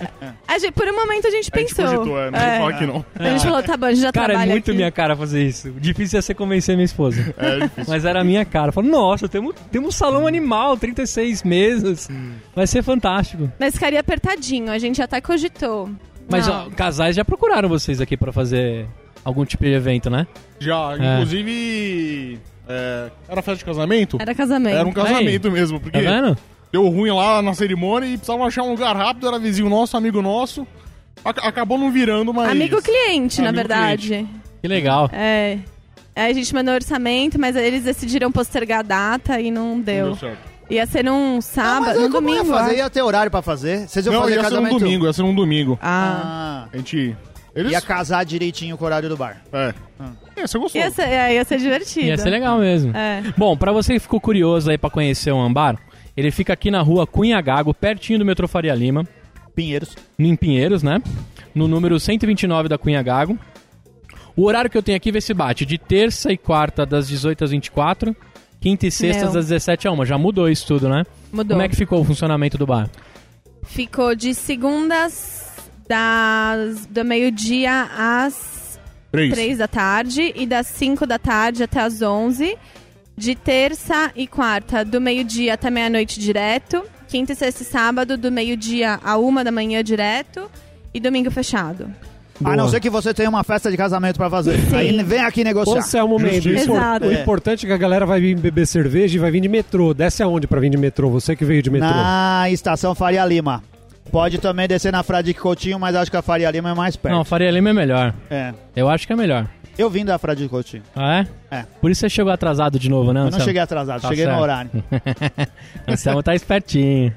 [SPEAKER 4] A gente- por um momento a gente
[SPEAKER 5] A gente
[SPEAKER 4] pensou.
[SPEAKER 5] cogitou, é, não
[SPEAKER 4] É.
[SPEAKER 5] vou falar que não.
[SPEAKER 4] A gente falou, tá bom, a gente já
[SPEAKER 1] Cara, é
[SPEAKER 4] trabalha
[SPEAKER 1] muito
[SPEAKER 4] aqui.
[SPEAKER 1] minha cara fazer isso. Difícil ia ser convencer minha esposa.
[SPEAKER 5] É difícil.
[SPEAKER 1] Mas era a minha cara. Falei, nossa, temos, temos um salão animal, 36 mesas.
[SPEAKER 4] Hum.
[SPEAKER 1] Vai ser fantástico.
[SPEAKER 4] Mas ficaria apertadinho, a gente até cogitou.
[SPEAKER 1] Mas
[SPEAKER 4] Não.
[SPEAKER 1] ó, casais já procuraram vocês aqui pra fazer algum tipo de evento, né?
[SPEAKER 5] Já, inclusive. é, era festa de casamento?
[SPEAKER 4] Era casamento.
[SPEAKER 5] Era um casamento mesmo, porque
[SPEAKER 1] Tá vendo?
[SPEAKER 5] deu ruim lá na cerimônia e precisava achar um lugar rápido, era vizinho nosso, amigo nosso. Ac- acabou não virando, mas.
[SPEAKER 4] Amigo cliente, na
[SPEAKER 5] Amigo
[SPEAKER 4] verdade.
[SPEAKER 1] Que legal.
[SPEAKER 4] É. Aí a gente mandou orçamento, mas eles decidiram postergar a data e não
[SPEAKER 5] Não
[SPEAKER 4] deu.
[SPEAKER 5] deu certo.
[SPEAKER 4] Ia ser num sábado, num
[SPEAKER 2] como
[SPEAKER 4] domingo.
[SPEAKER 2] Ia, fazer?
[SPEAKER 4] eu acho.
[SPEAKER 2] ia ter horário pra fazer? Vocês iam
[SPEAKER 5] Não,
[SPEAKER 2] fazer
[SPEAKER 5] ia ser um
[SPEAKER 2] casamento?
[SPEAKER 5] domingo, ia ser um domingo.
[SPEAKER 4] Ah.
[SPEAKER 2] Ah,
[SPEAKER 5] A gente. Eles.
[SPEAKER 2] ia casar direitinho com o horário do bar.
[SPEAKER 5] É.
[SPEAKER 2] Ah.
[SPEAKER 5] É, você gostou.
[SPEAKER 4] Ia ser, é, ia ser divertido.
[SPEAKER 1] Ia ser legal mesmo.
[SPEAKER 4] É.
[SPEAKER 1] Bom, pra você que ficou curioso aí pra conhecer o Ambar, ele fica aqui na rua Cunha Gago, pertinho do metrô Faria Lima,
[SPEAKER 2] Pinheiros.
[SPEAKER 1] em Pinheiros, né? No número 129 da Cunha Gago. O horário que eu tenho aqui, vê se bate, de terça e quarta das 18 às 24, quinta e sexta
[SPEAKER 4] Não.
[SPEAKER 1] das 17 a 1. Já mudou isso tudo, né?
[SPEAKER 4] Mudou.
[SPEAKER 1] Como é que ficou o funcionamento do bar?
[SPEAKER 4] Ficou de segundas das, do meio-dia às
[SPEAKER 5] Três.
[SPEAKER 4] três da tarde e das cinco da tarde até às onze. De terça e quarta, do meio-dia até meia-noite direto. Quinta e sexta e sábado, do meio-dia à uma da manhã direto. E domingo fechado.
[SPEAKER 2] A Ah, não ser que você tenha uma festa de casamento pra fazer. Aí vem aqui negociar.
[SPEAKER 3] Ô, Selmo Mendes,
[SPEAKER 5] Justiça.
[SPEAKER 3] o
[SPEAKER 4] Exato.
[SPEAKER 3] impor- o
[SPEAKER 2] É.
[SPEAKER 3] importante é que a galera vai vir beber cerveja e vai vir de metrô. Desce aonde pra vir de metrô? Você que veio de metrô.
[SPEAKER 2] Na estação Faria Lima. Pode também descer na Fradique Coutinho, mas acho que a Faria Lima é mais perto.
[SPEAKER 1] Não, Faria Lima é melhor.
[SPEAKER 2] É.
[SPEAKER 1] Eu acho que é melhor.
[SPEAKER 2] Eu vim da Fradique Coutinho.
[SPEAKER 1] Ah, é?
[SPEAKER 2] É.
[SPEAKER 1] Por isso você chegou atrasado de novo, né?
[SPEAKER 2] Eu não
[SPEAKER 1] Anselmo?
[SPEAKER 2] cheguei atrasado,
[SPEAKER 1] Tá
[SPEAKER 2] cheguei
[SPEAKER 1] certo.
[SPEAKER 2] no horário.
[SPEAKER 1] Anselmo tá espertinho.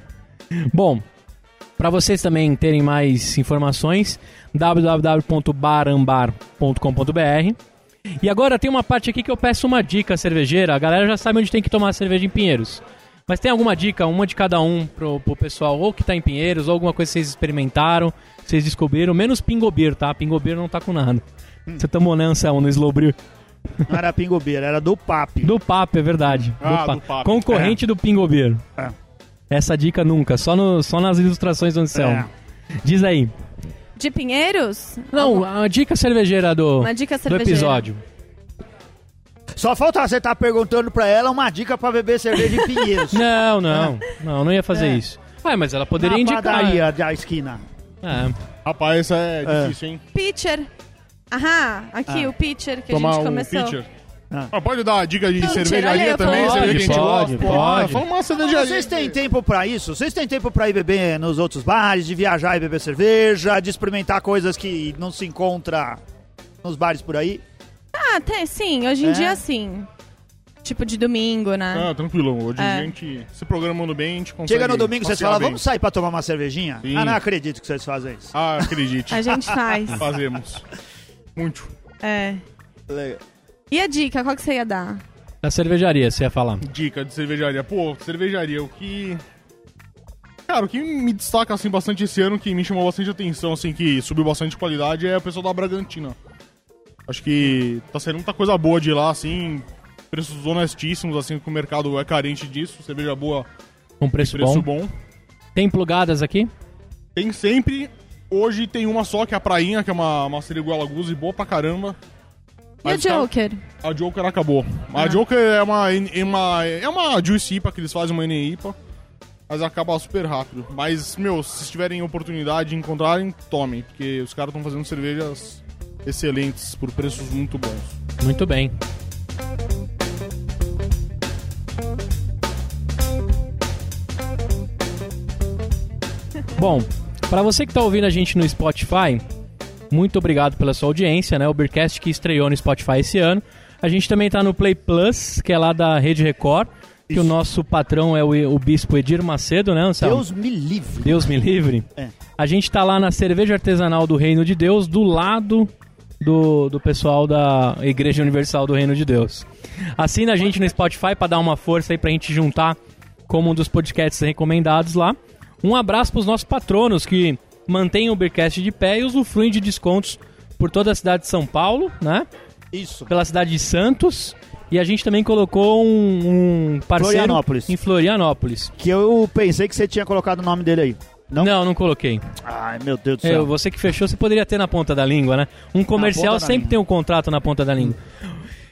[SPEAKER 1] Bom, Para vocês também terem mais informações, www.barambar.com.br. E agora tem uma parte aqui que eu peço uma dica cervejeira. A galera já sabe onde tem que tomar cerveja em Pinheiros. Mas tem alguma dica, uma de cada um pro, pro pessoal, ou que tá em Pinheiros, ou alguma coisa que vocês experimentaram, vocês descobriram, menos Pingobir, tá? Pingobir não tá com nada. Você tomou, né, Anselmo, no Slowbril?
[SPEAKER 2] Não era pingobeira, era do papo.
[SPEAKER 1] Do Papo, é verdade.
[SPEAKER 5] Ah,
[SPEAKER 1] Pa-
[SPEAKER 5] do Papo.
[SPEAKER 1] Concorrente do Pingobir.
[SPEAKER 2] É.
[SPEAKER 1] Essa dica nunca, só, no, só nas ilustrações do Anselmo.
[SPEAKER 5] É.
[SPEAKER 1] Diz aí.
[SPEAKER 4] De Pinheiros?
[SPEAKER 1] Não, a dica cervejeira do,
[SPEAKER 4] Uma dica
[SPEAKER 1] do
[SPEAKER 4] cervejeira.
[SPEAKER 1] episódio.
[SPEAKER 2] Só falta você estar perguntando pra ela uma dica pra beber cerveja em Pinheiros.
[SPEAKER 1] Não, não,
[SPEAKER 4] É.
[SPEAKER 1] não, não ia fazer isso. Ah, mas ela poderia
[SPEAKER 2] Na
[SPEAKER 1] indicar.
[SPEAKER 2] padaria da esquina.
[SPEAKER 1] É.
[SPEAKER 5] Rapaz, essa é, difícil, hein?
[SPEAKER 4] Pitcher. Aham, aqui o pitcher que a
[SPEAKER 5] Tomar
[SPEAKER 4] gente
[SPEAKER 5] um
[SPEAKER 4] começou.
[SPEAKER 5] pitcher.
[SPEAKER 2] Ah.
[SPEAKER 5] Ah, pode dar uma dica de
[SPEAKER 4] Não, tira, olha,
[SPEAKER 5] cervejaria
[SPEAKER 4] eu
[SPEAKER 5] também?
[SPEAKER 1] falo-
[SPEAKER 5] cerveja que a gente
[SPEAKER 1] Pode,
[SPEAKER 5] gosta?
[SPEAKER 1] pode.
[SPEAKER 5] Ah, Fala uma cervejaria.
[SPEAKER 2] Vocês têm tempo pra isso? Vocês têm tempo pra ir beber nos outros bares, de viajar e beber cerveja, de experimentar coisas que não se encontra nos bares por aí?
[SPEAKER 4] Ah, até sim, hoje em
[SPEAKER 2] É.
[SPEAKER 4] dia sim. Tipo de domingo, né?
[SPEAKER 5] Ah, tranquilo. Hoje
[SPEAKER 4] É.
[SPEAKER 5] a gente se programando bem, a gente consegue.
[SPEAKER 2] Chega no domingo, vocês
[SPEAKER 5] passear
[SPEAKER 2] falam,
[SPEAKER 5] bem.
[SPEAKER 2] vamos sair pra tomar uma cervejinha?
[SPEAKER 5] Sim.
[SPEAKER 2] Ah, não acredito que vocês fazem isso.
[SPEAKER 5] Ah, acredite.
[SPEAKER 4] A gente faz.
[SPEAKER 5] Fazemos. Muito.
[SPEAKER 4] é. E a dica, qual que você ia dar?
[SPEAKER 1] Da cervejaria, você ia falar.
[SPEAKER 5] Dica de cervejaria. Pô, cervejaria, o que. Cara, o que me destaca assim bastante esse ano, que me chamou bastante atenção, assim, que subiu bastante de qualidade, é o pessoal da Bragantina. Acho que tá saindo muita coisa boa de lá, assim. Preços honestíssimos, assim, que o mercado é carente disso. Cerveja boa,
[SPEAKER 1] Um preço,
[SPEAKER 5] preço
[SPEAKER 1] bom.
[SPEAKER 5] bom.
[SPEAKER 1] Tem plugadas aqui?
[SPEAKER 5] Tem sempre. Hoje tem uma só, que é a Prainha, que é uma, uma seriguela guzi boa pra caramba.
[SPEAKER 4] E o
[SPEAKER 5] Mas, cara,
[SPEAKER 4] Joker?
[SPEAKER 5] A Joker acabou.
[SPEAKER 1] Ah.
[SPEAKER 5] A Joker é uma, é uma. É uma Juice IPA que eles fazem, uma NIPA. Mas acaba super rápido. Mas, meu, se vocês tiverem oportunidade de encontrarem, tomem. Porque os caras estão fazendo cervejas excelentes por preços muito bons.
[SPEAKER 1] Muito bem. Bom, para você que tá ouvindo a gente no Spotify, muito obrigado pela sua audiência, né? O Beercast que estreou no Spotify esse ano. A gente também tá no Play Plus, que é lá da Rede Record, que o nosso patrão é o, o bispo Edir Macedo, né, Anselmo?
[SPEAKER 2] Deus me livre.
[SPEAKER 1] Deus me livre.
[SPEAKER 2] É.
[SPEAKER 1] A gente tá lá na cerveja artesanal do Reino de Deus, do lado do, do pessoal da Igreja Universal do Reino de Deus. Assina a gente no Spotify pra dar uma força aí pra gente juntar como um dos podcasts recomendados lá. Um abraço pros nossos patronos que mantêm o Beercast de pé e usufruem de descontos por toda a cidade de São Paulo, né?
[SPEAKER 2] Isso.
[SPEAKER 1] Pela cidade de Santos. E a gente também colocou um, um parceiro
[SPEAKER 2] Florianópolis.
[SPEAKER 1] em Florianópolis.
[SPEAKER 2] Que eu pensei que você tinha colocado o nome dele aí. Não?
[SPEAKER 1] não, não coloquei.
[SPEAKER 2] Ai, meu Deus do
[SPEAKER 1] É,
[SPEAKER 2] céu.
[SPEAKER 1] você que fechou, você poderia ter na ponta da língua, né? Um comercial
[SPEAKER 2] ponta da
[SPEAKER 1] sempre
[SPEAKER 2] língua.
[SPEAKER 1] tem um contrato na ponta da língua.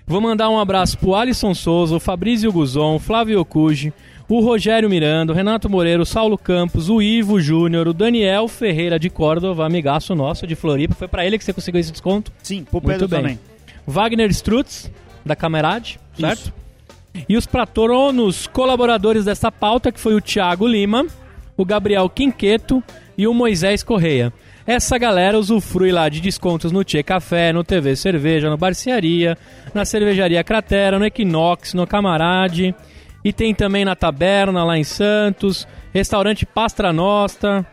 [SPEAKER 1] Vou mandar um abraço pro Alisson Souza, o Fabrício Guzon, o Flávio Cuji, o Rogério Miranda, o Renato Moreira, o Saulo Campos, o Ivo Júnior, o Daniel Ferreira de Córdova, amigaço nosso de Floripa. Foi pra ele que você conseguiu esse desconto.
[SPEAKER 2] Sim, pro
[SPEAKER 1] Muito
[SPEAKER 2] Pedro
[SPEAKER 1] bem.
[SPEAKER 2] também.
[SPEAKER 1] Wagner Strutz, da Camerade, certo? E os patronos colaboradores dessa pauta, que foi o Thiago Lima, o Gabriel Quinqueto e o Moisés Correia. Essa galera usufrui lá de descontos no Tchê Café, no TV Cerveja, no Barcearia, na Cervejaria Cratera, no Equinox, no Camarade. E tem também na Taberna, lá em Santos, restaurante Pastra Nostra,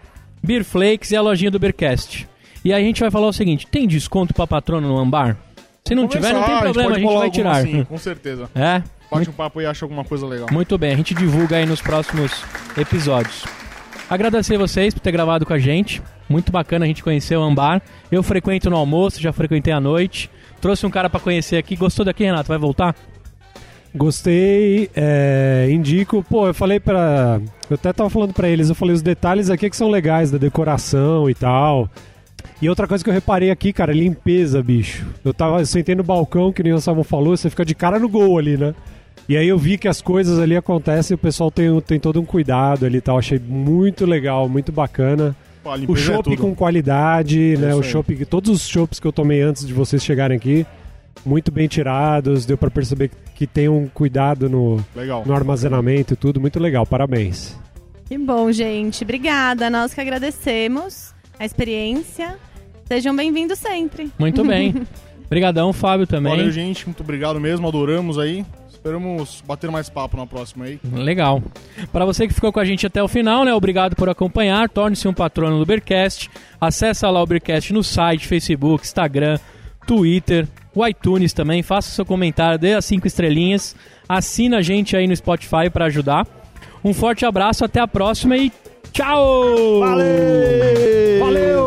[SPEAKER 1] Beer Flakes e a lojinha do Beercast. E aí a gente vai falar o seguinte, tem desconto pra patrono no Ambar? Se não tiver, não tem
[SPEAKER 5] Conversar,
[SPEAKER 1] problema, a
[SPEAKER 5] pode
[SPEAKER 1] gente
[SPEAKER 5] bolar
[SPEAKER 1] vai
[SPEAKER 5] alguma, assim.
[SPEAKER 1] tirar.
[SPEAKER 5] sim, com certeza.
[SPEAKER 1] É?
[SPEAKER 5] Bate um papo e acha alguma coisa legal.
[SPEAKER 1] Muito bem, a gente divulga aí nos próximos episódios. Agradecer vocês por ter gravado com a gente. Muito bacana a gente conhecer o Ambar. Eu frequento no almoço, já frequentei à noite. Trouxe um cara pra conhecer aqui. Gostou daqui, Renato? Vai voltar?
[SPEAKER 3] Gostei, é, indico. Pô, eu falei pra. Eu até tava falando pra eles, eu falei os detalhes aqui que são legais da decoração e tal. E outra coisa que eu reparei aqui, cara, é limpeza, bicho. Eu tava eu sentei no balcão, que nem o Samu falou, você fica de cara no gol ali, né? E aí eu vi que as coisas ali acontecem, o pessoal tem, um- tem todo um cuidado ali e tal. Achei muito legal, muito bacana.
[SPEAKER 5] Pô, a
[SPEAKER 3] O
[SPEAKER 5] limpeza é
[SPEAKER 3] chopp
[SPEAKER 5] tudo. É
[SPEAKER 3] com qualidade, né?
[SPEAKER 5] isso
[SPEAKER 3] O
[SPEAKER 5] aí.
[SPEAKER 3] chopp, que- todos os chopps que eu tomei antes de vocês chegarem aqui, muito bem tirados, deu pra perceber que tem um cuidado no,
[SPEAKER 5] Legal.
[SPEAKER 3] no armazenamento e tudo, muito legal, parabéns.
[SPEAKER 4] Que bom, gente. Obrigada. Nós que agradecemos a experiência. Sejam bem-vindos sempre.
[SPEAKER 1] Muito bem. Obrigadão, Fábio também.
[SPEAKER 5] Valeu, gente. Muito obrigado mesmo. Adoramos aí. Esperamos bater mais papo na próxima aí.
[SPEAKER 1] Legal. Para você que ficou com a gente até o final, né? Obrigado por acompanhar. Torne-se um patrono do Ubercast. Acesse lá o Ubercast no site, Facebook, Instagram, Twitter, o iTunes também. Faça seu comentário, dê as cinco estrelinhas. Assina a gente aí no Spotify para ajudar. Um forte abraço, até a próxima e tchau!
[SPEAKER 2] Valeu!
[SPEAKER 1] Valeu!